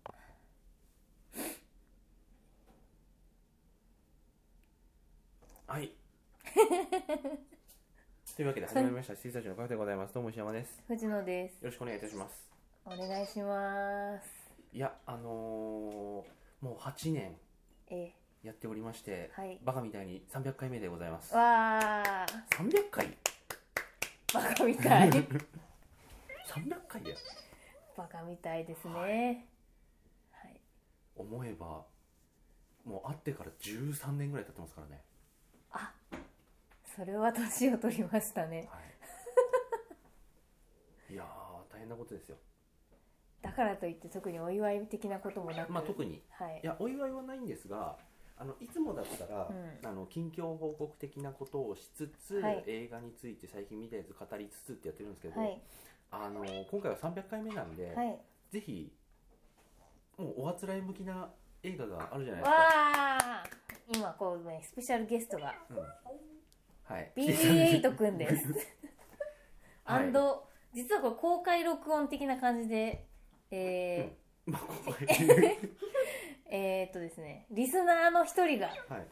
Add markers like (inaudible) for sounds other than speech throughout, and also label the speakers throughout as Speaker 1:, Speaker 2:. Speaker 1: (laughs) はい。というわけで始まりました。水産庁のカフェでございます。どうも石山です。
Speaker 2: 藤野です
Speaker 1: よろしくお願いいたします。
Speaker 2: お願いします
Speaker 1: いや、あのーもう8年
Speaker 2: え
Speaker 1: やっておりまして、
Speaker 2: はい
Speaker 1: バカみたいに300回目でございます。
Speaker 2: わ
Speaker 1: 300回
Speaker 2: ーバカみ
Speaker 1: (laughs)
Speaker 2: たい
Speaker 1: ?300 回だよ。
Speaker 2: バカみたいですねはい
Speaker 1: 思えば、もう会ってから13年ぐらい経ってますからね。
Speaker 2: それは年を取りましたね
Speaker 1: (laughs) はい。いやー、大変なことですよ。
Speaker 2: だからといって特にお祝い的なこともなく
Speaker 1: まあ特に。
Speaker 2: はい
Speaker 1: いやお祝いはないんですがあのいつもだったら、
Speaker 2: うん
Speaker 1: あの近況報告的なことをしつつ、
Speaker 2: はい
Speaker 1: 映画について最近見たやつ語りつつってやってるんですけど、
Speaker 2: はい
Speaker 1: あの今回は300回目なんで、
Speaker 2: はい
Speaker 1: ぜひもうおあつらえ向きな映画があるじゃないですか。
Speaker 2: わー今こうねスペシャルゲスト
Speaker 1: (laughs)
Speaker 2: が
Speaker 1: うん、はい、 (laughs)
Speaker 2: BB8 くんです、
Speaker 1: はい
Speaker 2: アンド実はこれ公開録音的な感じでえ
Speaker 1: まあここへ
Speaker 2: (laughs) ーえーっとですねリスナーの一人が
Speaker 1: はい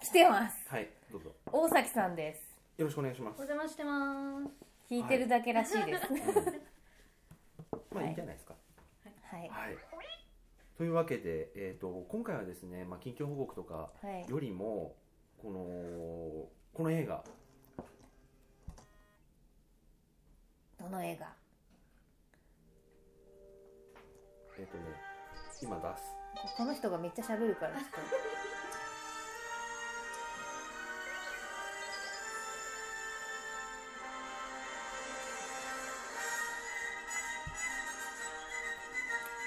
Speaker 2: 来てます
Speaker 1: はいどうぞ
Speaker 2: 大崎さんです
Speaker 1: よろしくお願いしま
Speaker 3: お
Speaker 1: す。
Speaker 3: 邪魔してます。
Speaker 2: 聞いてるだけらしいです、
Speaker 1: うんまあいいんじゃないですか。
Speaker 2: (laughs) はい
Speaker 1: はい。というわけで、えっ、と今回はですね、まあ近況報告とか
Speaker 2: はい
Speaker 1: よりもこのこの映画
Speaker 2: どの映画
Speaker 1: えっ、とね今出す
Speaker 2: この人がめっちゃ喋るからちょっ
Speaker 1: (laughs)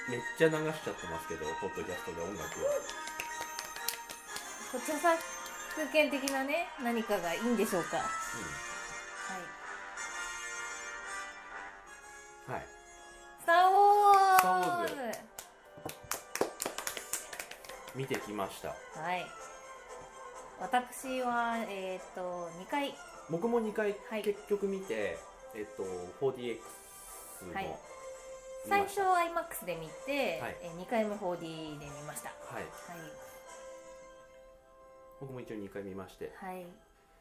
Speaker 1: めっちゃ流しちゃってますけどポッドキャストで音楽を
Speaker 2: と著作権的なね何かがいいんでしょうかは
Speaker 1: うんはい
Speaker 2: い「スター・
Speaker 1: スターウ
Speaker 2: ウ
Speaker 1: ォー
Speaker 2: ォー
Speaker 1: ズ
Speaker 2: ズ」
Speaker 1: 見てきました
Speaker 2: はい私はえっ、と2回
Speaker 1: 僕も2回
Speaker 2: はい
Speaker 1: 結局見て、えっ、と 4DX の、
Speaker 2: はい
Speaker 1: 見
Speaker 2: 最
Speaker 1: まし
Speaker 2: 初
Speaker 1: た
Speaker 2: IMAX で見て、
Speaker 1: はい
Speaker 2: え2回目 4D で見ました
Speaker 1: はい
Speaker 2: は
Speaker 1: 僕も一応2回見まして
Speaker 2: いはい、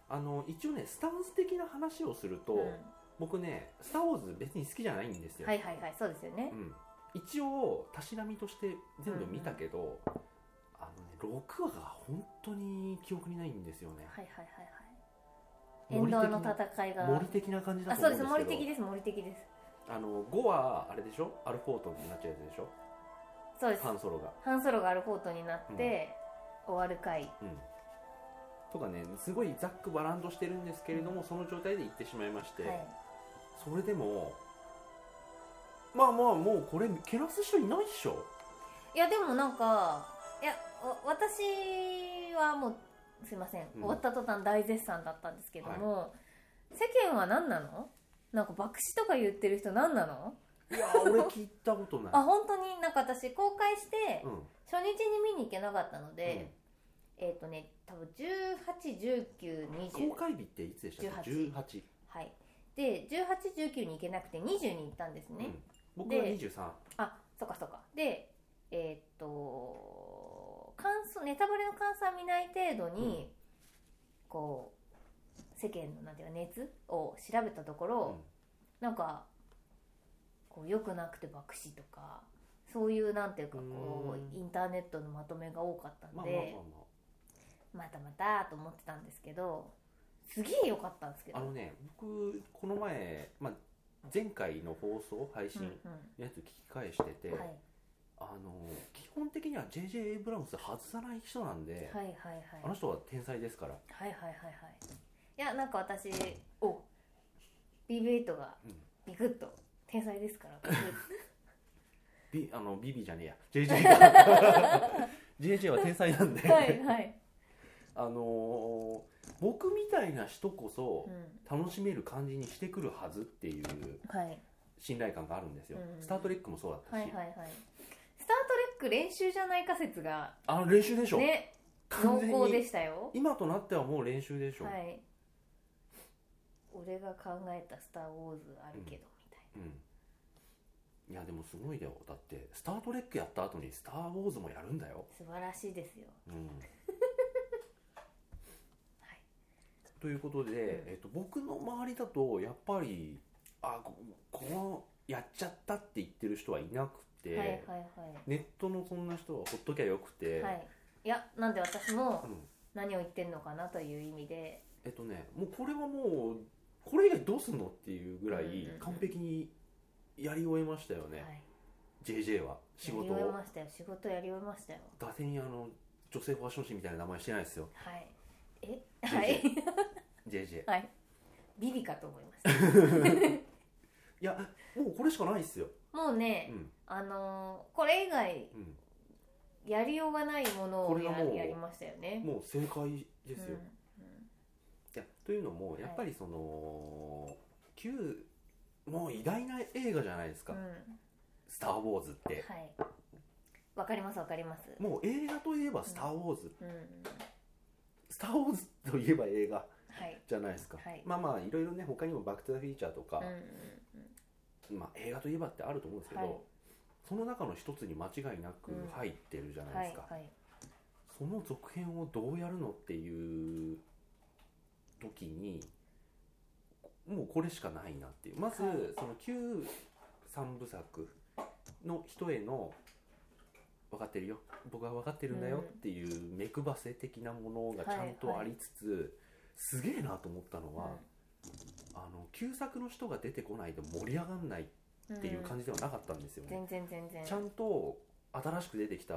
Speaker 1: あの一応ねスタンス的な話をすると、
Speaker 2: うん
Speaker 1: 僕ね「スター・ウォーズ」別に好きじゃないんですよ、
Speaker 2: はいはいはいそうですよね
Speaker 1: うん、一応たしなみとして全部見たけど、あのね6話が本当に記憶にないんですよね、
Speaker 2: はいはいはいはい沿道の戦いが
Speaker 1: 森的な感じだ
Speaker 2: あ
Speaker 1: と
Speaker 2: そう
Speaker 1: 思
Speaker 2: で
Speaker 1: うん
Speaker 2: す
Speaker 1: です
Speaker 2: 森
Speaker 1: けど
Speaker 2: 的です森的です
Speaker 1: あの5はあれでしょアルフォートになっちゃうやつでしょ
Speaker 2: そうです
Speaker 1: ハンソロが、
Speaker 2: ハンソロがアルフォートになって、終わる回
Speaker 1: うん、とかねすごいざっくばらんとしてるんですけれども、その状態で行ってしまいまして、
Speaker 2: はい
Speaker 1: それでもまあまあもうこれけなす人いないっしょ
Speaker 2: いやでもなんかいやわ私はもうすいません、
Speaker 1: うん
Speaker 2: 終わった途端大絶賛だったんですけども、世間は何なのなんか爆死とか言ってる人何なの
Speaker 1: いやー俺聞いたことない
Speaker 2: (laughs) あ本当になんか私公開して
Speaker 1: うん
Speaker 2: 初日に見に行けなかったので、えっ、とね多分
Speaker 1: うん
Speaker 2: 181920
Speaker 1: 公開日っていつでしたっけ
Speaker 2: 18
Speaker 1: 18
Speaker 2: はいで1819に行けなくて20に行ったんですね、
Speaker 1: うん、僕は
Speaker 2: で
Speaker 1: 23
Speaker 2: あそっかそっかでえーっと感想ネタバレの感想は見ない程度に、こう世間のなんていうか熱を調べたところ、なんかこう良くなくて爆死とかそういうなんていうかこ
Speaker 1: う
Speaker 2: うんインターネットのまとめが多かった
Speaker 1: まあまあまあ
Speaker 2: んで、またまたと思ってたんですけどすげえ良かったんですけ
Speaker 1: まああ
Speaker 2: ど。
Speaker 1: のね僕この前、まあ、前回の放送配
Speaker 2: うん
Speaker 1: 信のやつ聞き返してて、
Speaker 2: うんはい
Speaker 1: あの基本的には JJ エイブラウンス外さない人なんで、
Speaker 2: はいはいはい
Speaker 1: あの人は天才ですから
Speaker 2: はいはいはいはいいやなんか私おビビエイトが
Speaker 1: うん
Speaker 2: ビクッと天才ですから
Speaker 1: (laughs) ビあのビビじゃねえや JJ が (laughs) JJ は天才なんで、
Speaker 2: は
Speaker 1: (laughs)
Speaker 2: いはい、
Speaker 1: あのー僕みたいな人こそ
Speaker 2: うん、
Speaker 1: 楽しめる感じにしてくるはずっていう
Speaker 2: はい
Speaker 1: 信頼感があるんですよ、
Speaker 2: うん
Speaker 1: スター・トレックもそうだった
Speaker 2: はい
Speaker 1: し、
Speaker 2: はいはいスター・トレック練習じゃないか説が
Speaker 1: あの練習でしょ、
Speaker 2: ね濃
Speaker 1: 完全
Speaker 2: 厚
Speaker 1: に
Speaker 2: でしたよ
Speaker 1: 今となってはもう練習でしょ、
Speaker 2: はい俺が考えた「スター・ウォーズ」あるけど、みたい
Speaker 1: うん、いやでもすごいだよだって「スター・トレック」やった後に「スター・ウォーズ」もやるんだよ、
Speaker 2: な素晴らしいですよ
Speaker 1: うん、
Speaker 2: はい
Speaker 1: ということで、えっと、僕の周りだとやっぱりあここのやっちゃったって言ってる人はいなくて、
Speaker 2: はいはいは
Speaker 1: ネットのそんな人はほっときゃよくて、
Speaker 2: いはいいやなんで私も
Speaker 1: うん、
Speaker 2: 何を言ってんのかなという意味で
Speaker 1: えっとねもうこれはもうこれ以外どうすんのっていうぐらい
Speaker 2: うんうんうん
Speaker 1: 完璧にやり終えましたよね、
Speaker 2: はい
Speaker 1: JJ は仕事
Speaker 2: やり終え
Speaker 1: を
Speaker 2: ましたよ仕事やり終えましたよ
Speaker 1: 打線にあの女性ファッション誌みたいな名前してないですよ
Speaker 2: はいえ
Speaker 1: 全然
Speaker 2: はい (laughs)
Speaker 1: JJ
Speaker 2: はいビビかと思いまし
Speaker 1: いやもうこれしかないっすよ
Speaker 2: たもうね、
Speaker 1: うん
Speaker 2: あのーこれ以外
Speaker 1: うん
Speaker 2: やりようがないもの
Speaker 1: こ
Speaker 2: を
Speaker 1: れが
Speaker 2: や
Speaker 1: もう
Speaker 2: やりましたよね
Speaker 1: もう正解ですよ、い
Speaker 2: うんうん
Speaker 1: やというのもやっぱりその、旧もう偉大な映画じゃないですか「
Speaker 2: うん
Speaker 1: スター・ウォーズ」って、
Speaker 2: はいわかりますわかります
Speaker 1: もう映画といえば「スター・ウォーズ」
Speaker 2: うん
Speaker 1: スター・ウォーズ」といえば映画
Speaker 2: はい
Speaker 1: じゃないですか、
Speaker 2: はい
Speaker 1: まあまあいろいろね他にも「バック・トゥ・ザ・フューチャー」とか
Speaker 2: うん、うん
Speaker 1: まあ、映画といえばってあると思うんですけど、
Speaker 2: はい
Speaker 1: その中の一つに間違いなく入ってるじゃ
Speaker 2: うん
Speaker 1: ない
Speaker 2: は
Speaker 1: で
Speaker 2: い
Speaker 1: すか、
Speaker 2: はい
Speaker 1: その続編をどうやるのっていう時にもうこれしかないなっていうまず、
Speaker 2: はい
Speaker 1: その旧三部作の人への分かってるよ僕は分かってるんだよっていう目配せ的なものがちゃんとありつつ、すげえなと思ったのは、あの旧作の人が出てこないと盛り上がんないっていう感じではなかったんですよね、
Speaker 2: 全然全然
Speaker 1: ちゃんと新しく出てきた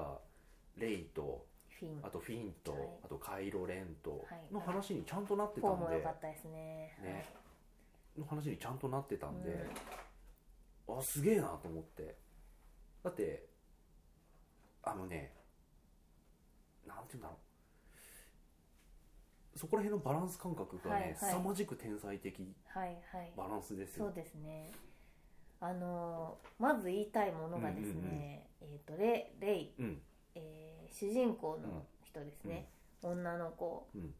Speaker 1: レイと
Speaker 2: フィン
Speaker 1: あとフィンと、
Speaker 2: はい
Speaker 1: あとカイロ・レンと
Speaker 2: はい
Speaker 1: の話にちゃんとなって
Speaker 2: フ
Speaker 1: た
Speaker 2: ォー
Speaker 1: ん
Speaker 2: も
Speaker 1: で、
Speaker 2: 良かったですね
Speaker 1: ねの話にちゃんとなってた
Speaker 2: はい
Speaker 1: んで、あすげえなと思ってだってあのねなんて言うんだろうそこら辺のバランス感覚がね、
Speaker 2: はいはい
Speaker 1: 凄まじく天才的
Speaker 2: うんはいはい
Speaker 1: バランスです
Speaker 2: そう
Speaker 1: よ。
Speaker 2: ですね。あのーまず言いたいものがですね、えっ、とレレイ、
Speaker 1: うん
Speaker 2: えー主人公の人ですね、女の子。
Speaker 1: うん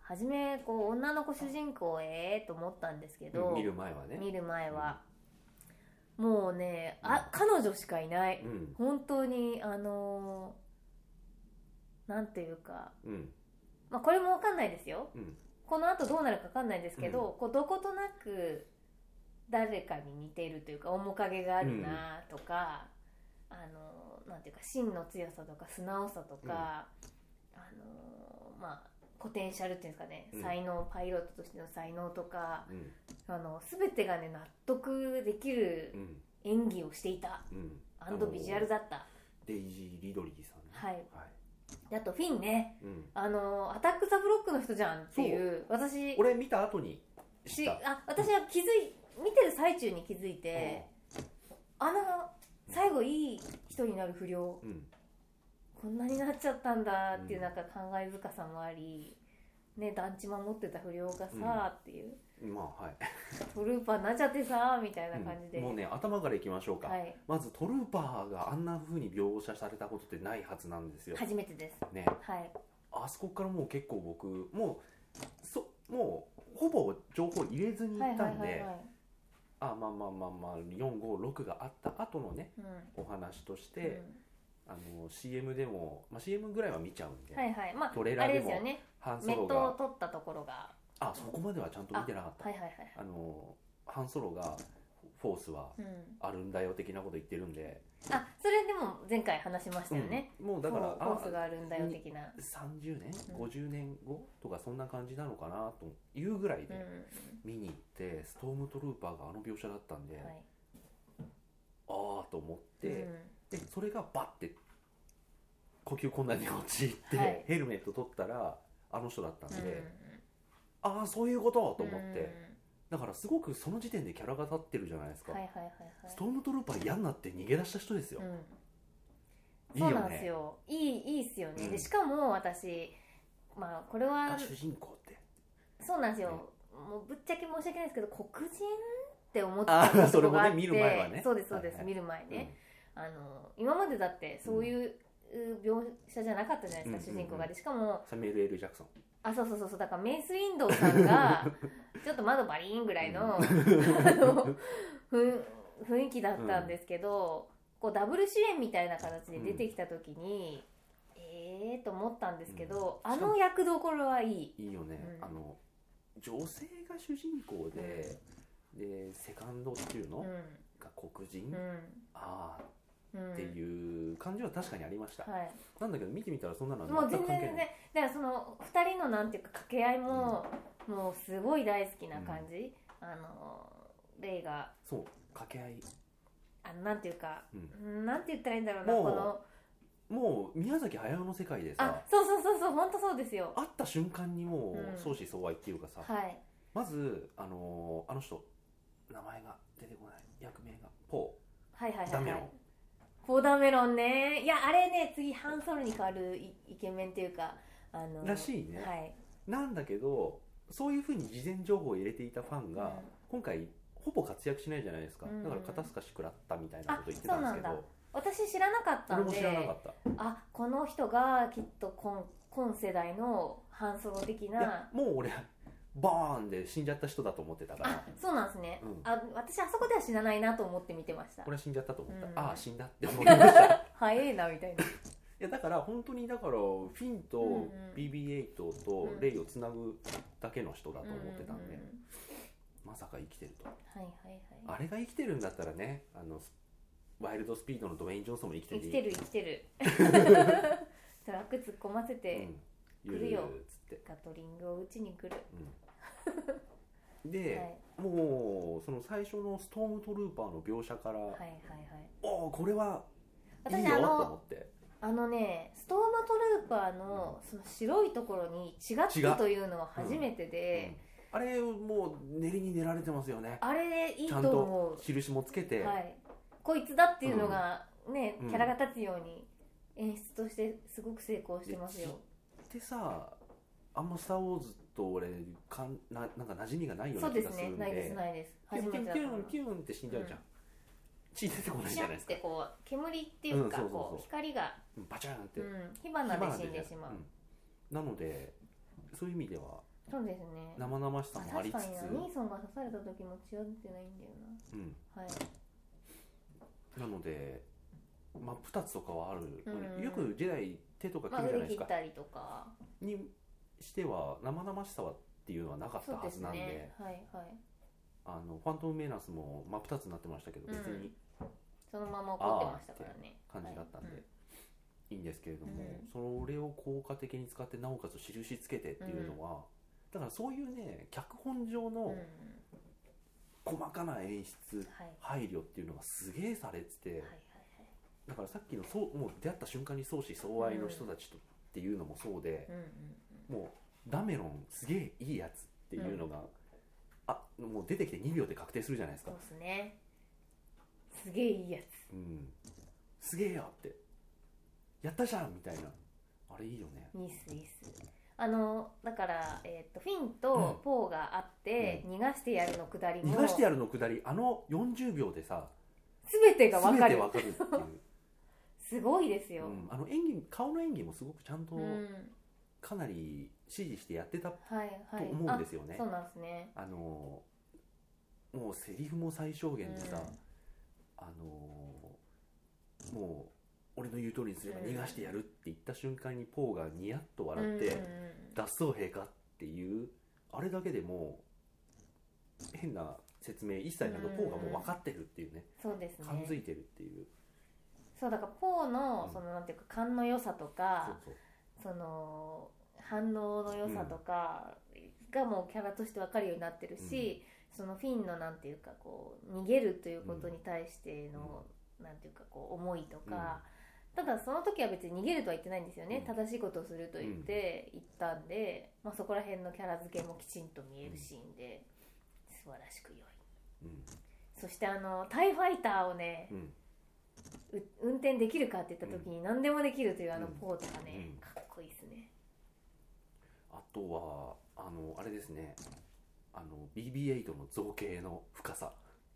Speaker 2: はじめこう女の子主人公ええと思ったんですけど、
Speaker 1: うん見る前はね。
Speaker 2: 見る前は、もうねあ彼女しかいない、
Speaker 1: うん
Speaker 2: 本当にあのーなんていうか、
Speaker 1: うん
Speaker 2: まあ、これもわかんないですよ。
Speaker 1: うん
Speaker 2: この後どうなるかわかんないですけど、こうどことなく誰かに似ているというか面影があるなとか、あのなんていうか芯の強さとか素直さとか、
Speaker 1: うん
Speaker 2: あのまあポテンシャルっていうんですかね、
Speaker 1: うん
Speaker 2: 才能パイロットとしての才能とか
Speaker 1: うん
Speaker 2: あの全てがね納得できる
Speaker 1: うん
Speaker 2: 演技をしていた、
Speaker 1: うん
Speaker 2: アンドビジュアルだった、
Speaker 1: デイジー・リドリーさんね
Speaker 2: はい
Speaker 1: は
Speaker 2: であとフィンね
Speaker 1: いうん、
Speaker 2: あのアタック・ザ・ブロックの人じゃんっていう私
Speaker 1: 俺見た後に知っ
Speaker 2: したあ私は気づい見てる最中に気づいて、あの最後いい人になる不良
Speaker 1: うん
Speaker 2: こんなになっちゃったんだっていうなんか感慨深さもあり、ね、団地守ってた不良がさ、
Speaker 1: うん
Speaker 2: っていう
Speaker 1: まあはい
Speaker 2: トルーパーなっちゃってさみたいな感じで、
Speaker 1: うんもうね頭からいきましょうか、
Speaker 2: はい、
Speaker 1: まずトルーパーがあんな風に描写されたことってないはずなんですよ、
Speaker 2: 初めてです
Speaker 1: ね
Speaker 2: はい
Speaker 1: あそこからもう結構僕もうそもうほぼ情報入れずに
Speaker 2: はい
Speaker 1: 行
Speaker 2: は
Speaker 1: った
Speaker 2: いはい
Speaker 1: んで、
Speaker 2: はい、
Speaker 1: あまあまあまあまあ456があった後のね
Speaker 2: う
Speaker 1: お
Speaker 2: ん
Speaker 1: 話とし
Speaker 2: う
Speaker 1: て、
Speaker 2: ん
Speaker 1: あの CM でも、まあ、CM ぐらいは見ちゃうんで、
Speaker 2: はいはいまあ
Speaker 1: トレーラ
Speaker 2: あ
Speaker 1: ー
Speaker 2: れ
Speaker 1: で
Speaker 2: です
Speaker 1: も
Speaker 2: よね
Speaker 1: ハンソ
Speaker 2: メ
Speaker 1: ロ
Speaker 2: ットを
Speaker 1: が
Speaker 2: 取ったところが
Speaker 1: あそこまではちゃんと見てなかった
Speaker 2: はいはいはい
Speaker 1: あのハンソロがフォースは
Speaker 2: うん、
Speaker 1: あるんだよ的なこと言ってるんで、
Speaker 2: あそれでも前回話しましたよね、
Speaker 1: うんもうだから
Speaker 2: コース
Speaker 1: あ
Speaker 2: があるんだよ的な、
Speaker 1: 30年
Speaker 2: うん
Speaker 1: 50年後とかそんな感じなのかなというぐらい
Speaker 2: うんうん
Speaker 1: で見に行ってストームトルーパーがあの描写だったんで、
Speaker 2: うんはい
Speaker 1: ああと思って、
Speaker 2: うん
Speaker 1: でそれがバッて呼吸困難に陥って、
Speaker 2: はい
Speaker 1: ヘルメット取ったらあの人だったんで、
Speaker 2: うんうん
Speaker 1: ああそういうことと思っ
Speaker 2: うん
Speaker 1: てだからすごくその時点でキャラが立ってるじゃないですか、
Speaker 2: はいはいはいはい
Speaker 1: ストームトルーパー嫌になって逃げ出した人ですよ、
Speaker 2: うん、
Speaker 1: いい
Speaker 2: そう
Speaker 1: よ
Speaker 2: なんです
Speaker 1: ね
Speaker 2: よいいいいっすよね、
Speaker 1: うん
Speaker 2: でしかも私まあこれ
Speaker 1: が
Speaker 2: は
Speaker 1: 主人公って
Speaker 2: そうなんですよ、もうぶっちゃけ申し訳ないですけど黒人って思っ
Speaker 1: あ
Speaker 2: た
Speaker 1: ー
Speaker 2: とこがあって
Speaker 1: それもね見る前はね
Speaker 2: そうですそうです、
Speaker 1: はいはい
Speaker 2: 見る前
Speaker 1: うん
Speaker 2: ね、あの今までだってそういうう描写じゃなかったじゃないです
Speaker 1: うん
Speaker 2: か、
Speaker 1: うんうん
Speaker 2: 主人公がでしかも
Speaker 1: サミュエル・エル・ジャクソン
Speaker 2: あそうそうそうそうだからメイス・ウィンドウさ
Speaker 1: (laughs)
Speaker 2: んがちょっと窓バリーンぐらいの,、あのふ雰囲気だったんですけど、こうダブル主演みたいな形で出てきた時に、ええー、と思ったんですけど、
Speaker 1: うん
Speaker 2: あの役どころはいい、
Speaker 1: いいよね、
Speaker 2: うん
Speaker 1: あの女性が主人公で、でセカンドっていうの、
Speaker 2: う
Speaker 1: が黒人、
Speaker 2: ん
Speaker 1: あ
Speaker 2: う
Speaker 1: あ
Speaker 2: ん
Speaker 1: ー
Speaker 2: っ
Speaker 1: っていう感じは確かにありました、
Speaker 2: はい
Speaker 1: なんだけど見てみたらそんなの
Speaker 2: も
Speaker 1: は
Speaker 2: う
Speaker 1: 全
Speaker 2: 全
Speaker 1: く
Speaker 2: 然
Speaker 1: 関係
Speaker 2: 全
Speaker 1: ない
Speaker 2: 然だからその2人のなんていうか掛け合いも、もうすごい大好きな感じ、あのレイが
Speaker 1: そう掛け合い、
Speaker 2: あのなんていうか、
Speaker 1: う
Speaker 2: なんて言ったらいいんだろうな
Speaker 1: もう
Speaker 2: この
Speaker 1: もう宮崎駿の世界で
Speaker 2: あ
Speaker 1: さ
Speaker 2: そうそうそうそう本当そうですよ
Speaker 1: 会った瞬間にも
Speaker 2: うん
Speaker 1: う相思相愛っていうかさ、
Speaker 2: はい
Speaker 1: まずあのーあの人名前が出てこない役名がポ
Speaker 2: はいは
Speaker 1: ー
Speaker 2: いは
Speaker 1: ダ
Speaker 2: い
Speaker 1: メ
Speaker 2: は
Speaker 1: ロ
Speaker 2: いフォーダメロンねいやあれね次ハンソルに変わるイイケメンっていうかあの
Speaker 1: ンらしいね、
Speaker 2: はい
Speaker 1: なんだけどそういうふうに事前情報を入れていたファンが、
Speaker 2: うん
Speaker 1: 今回ほぼ活躍しないじゃないですか、
Speaker 2: うん
Speaker 1: だから肩透かし食らったみたいなこと言ってたんですけ
Speaker 2: あそ
Speaker 1: ど
Speaker 2: 私知らなかった
Speaker 1: 俺
Speaker 2: ん
Speaker 1: も
Speaker 2: で
Speaker 1: 知らなかった
Speaker 2: あこの人がきっと今今世代のハンソロ的
Speaker 1: いや
Speaker 2: な
Speaker 1: もう俺バーンで死んじゃった人だと思ってたか
Speaker 2: あ
Speaker 1: ら
Speaker 2: そうなんですね、
Speaker 1: うん
Speaker 2: あ私あそこでは死なないなと思って見てました
Speaker 1: 俺は死んじゃったと思った、
Speaker 2: うん
Speaker 1: ああ死んだって思いま
Speaker 2: (laughs)
Speaker 1: したい
Speaker 2: 早えなみたいな
Speaker 1: やだから本当にだからフィンと
Speaker 2: うんうん
Speaker 1: BB8 とレイをつなぐだけの人だと思ってたんで、
Speaker 2: うんうんうん
Speaker 1: まさか生きてると
Speaker 2: はいはいはい
Speaker 1: あれが生きてるんだったらねあのワイルドスピードのドウェイン・ジョンソンも生きて
Speaker 2: 生
Speaker 1: る
Speaker 2: きてる生きてる
Speaker 1: (laughs)
Speaker 2: (laughs) トラック突っ込ませて、
Speaker 1: うん、
Speaker 2: 来るよ
Speaker 1: ゆるっつって、
Speaker 2: ガトリングを打ちに来る、
Speaker 1: うん、で、
Speaker 2: はい
Speaker 1: もうその最初のストームトルーパーの描写から、
Speaker 2: はいはいはい
Speaker 1: おおこれは
Speaker 2: 私
Speaker 1: いいよ
Speaker 2: あ
Speaker 1: と
Speaker 2: の
Speaker 1: 思って
Speaker 2: あのねストームトルーパーのその白いところに「違っ
Speaker 1: 違う
Speaker 2: て」というのは初めてで、
Speaker 1: あれもう練りに練られてますよね
Speaker 2: あれでいい
Speaker 1: ち
Speaker 2: と
Speaker 1: ゃん
Speaker 2: 思
Speaker 1: と
Speaker 2: う
Speaker 1: 印もつけて、
Speaker 2: はい、こいつだっていうのが、ね
Speaker 1: うん
Speaker 2: キャラが立つように演出としてすごく成功してますよ、
Speaker 1: でさあんま「スター・ウォーズ」と俺かんななんか馴染みがないよう
Speaker 2: そ
Speaker 1: な
Speaker 2: う
Speaker 1: 気
Speaker 2: で
Speaker 1: が
Speaker 2: す
Speaker 1: する
Speaker 2: ね
Speaker 1: んで
Speaker 2: ないですないです
Speaker 1: キュ
Speaker 2: 初
Speaker 1: ン
Speaker 2: め
Speaker 1: キ
Speaker 2: て
Speaker 1: ュンキ
Speaker 2: だっ
Speaker 1: ュ
Speaker 2: た
Speaker 1: ンキュンって死んじゃうじゃん、
Speaker 2: うん
Speaker 1: 血出てこない
Speaker 2: シ
Speaker 1: じゃ
Speaker 2: ャ
Speaker 1: ないで
Speaker 2: ッ
Speaker 1: すか
Speaker 2: てこう煙っていうか
Speaker 1: うんそうそうそう
Speaker 2: こう光が、
Speaker 1: うんバチャーンって、
Speaker 2: う
Speaker 1: 火
Speaker 2: ん、火花
Speaker 1: 花
Speaker 2: で死んでしまう、
Speaker 1: うんなのでそういう意味では
Speaker 2: そうですねあ
Speaker 1: 生々しさ
Speaker 2: 確
Speaker 1: もありつ
Speaker 2: かにな
Speaker 1: つ、
Speaker 2: ニーソンが刺された時も血は出てないんだよ
Speaker 1: うん、
Speaker 2: なはい
Speaker 1: なので、まあ、2つとかはある、
Speaker 2: うん
Speaker 1: よくジェダイ手とか
Speaker 2: まあ
Speaker 1: 切るじゃないで
Speaker 2: 腕切
Speaker 1: すか
Speaker 2: っ、たりとか
Speaker 1: にしては生々しさはっていうのはなかった
Speaker 2: そう
Speaker 1: は
Speaker 2: で
Speaker 1: ず
Speaker 2: す
Speaker 1: なんで
Speaker 2: ねはいはい
Speaker 1: あのファントム・メイナスも、まあ、2つになってましたけど
Speaker 2: うん
Speaker 1: 別に
Speaker 2: そのまま怒ってましたからね
Speaker 1: 感じだったんで、
Speaker 2: はい
Speaker 1: いいんですけれども、
Speaker 2: う
Speaker 1: それを効果的に使ってなおかつ印つけてっていうのは、だからそういうね脚本上
Speaker 2: うんう
Speaker 1: の
Speaker 2: ん
Speaker 1: 細かな演出、
Speaker 2: はいはい
Speaker 1: 配慮っていうのがすげえされてて、
Speaker 2: はい
Speaker 1: だからさっきのそうもう出会った瞬間に相思相愛の人たちと、っていうのもそうで、
Speaker 2: はいうんうん
Speaker 1: もうダメロンすげえいいやつっていうのが、あもう出てきて2秒で確定するじゃないです
Speaker 2: そ
Speaker 1: か
Speaker 2: う、ですねすげえいいやつ
Speaker 1: うん、すげえよってやったじゃんみたいなあれいいよね
Speaker 2: いいっすいいっすあのだから、えっとフィンとポーがあって、逃がしてやるのくだりも
Speaker 1: 逃がしてやるのくだりあの40秒でさ
Speaker 2: 全てが
Speaker 1: 全
Speaker 2: 分
Speaker 1: て
Speaker 2: か
Speaker 1: わ
Speaker 2: る
Speaker 1: かるっていう、
Speaker 2: すごいです
Speaker 1: う
Speaker 2: (laughs) よ、
Speaker 1: ん、あの演技顔の演技もすごくちゃんと
Speaker 2: うん
Speaker 1: かなり指示してやってたと
Speaker 2: はいはい
Speaker 1: 思うんですよね、
Speaker 2: あそうなんですね
Speaker 1: あのもうセリフも最小限でさ、あのーもう俺の言う通りにすれば逃がしてやるって言った瞬間にポーがニヤッと笑って、
Speaker 2: うんうん
Speaker 1: 脱走兵かっていうあれだけでもう変な説明一切なく
Speaker 2: うん
Speaker 1: ポーがもう分かってるっていうね
Speaker 2: そうですね
Speaker 1: 感づいてるっていう、
Speaker 2: そうだからポー
Speaker 1: う
Speaker 2: の
Speaker 1: ん
Speaker 2: そのなんていうか勘の良さとか、
Speaker 1: そう
Speaker 2: その反応の良さとかがもうキャラとして分かるようになってるし、そのフィンのなんていうかこう逃げるということに対しての、なんていうかこう思いとか、ただその時は別に逃げるとは言ってないんですよね、
Speaker 1: うん
Speaker 2: 正しいことをすると言って言ったんで、まあ、そこら辺のキャラ付けもきちんと見えるシーンで素晴らしく良い
Speaker 1: そう
Speaker 2: そしてあのタイファイターをね
Speaker 1: うんうん
Speaker 2: う運転できるかって言った時に何でもできるというあの
Speaker 1: うん
Speaker 2: ポーズがね、
Speaker 1: うん
Speaker 2: かっこいいですね
Speaker 1: あとはあのあれですねあの BB8 の造形の深さ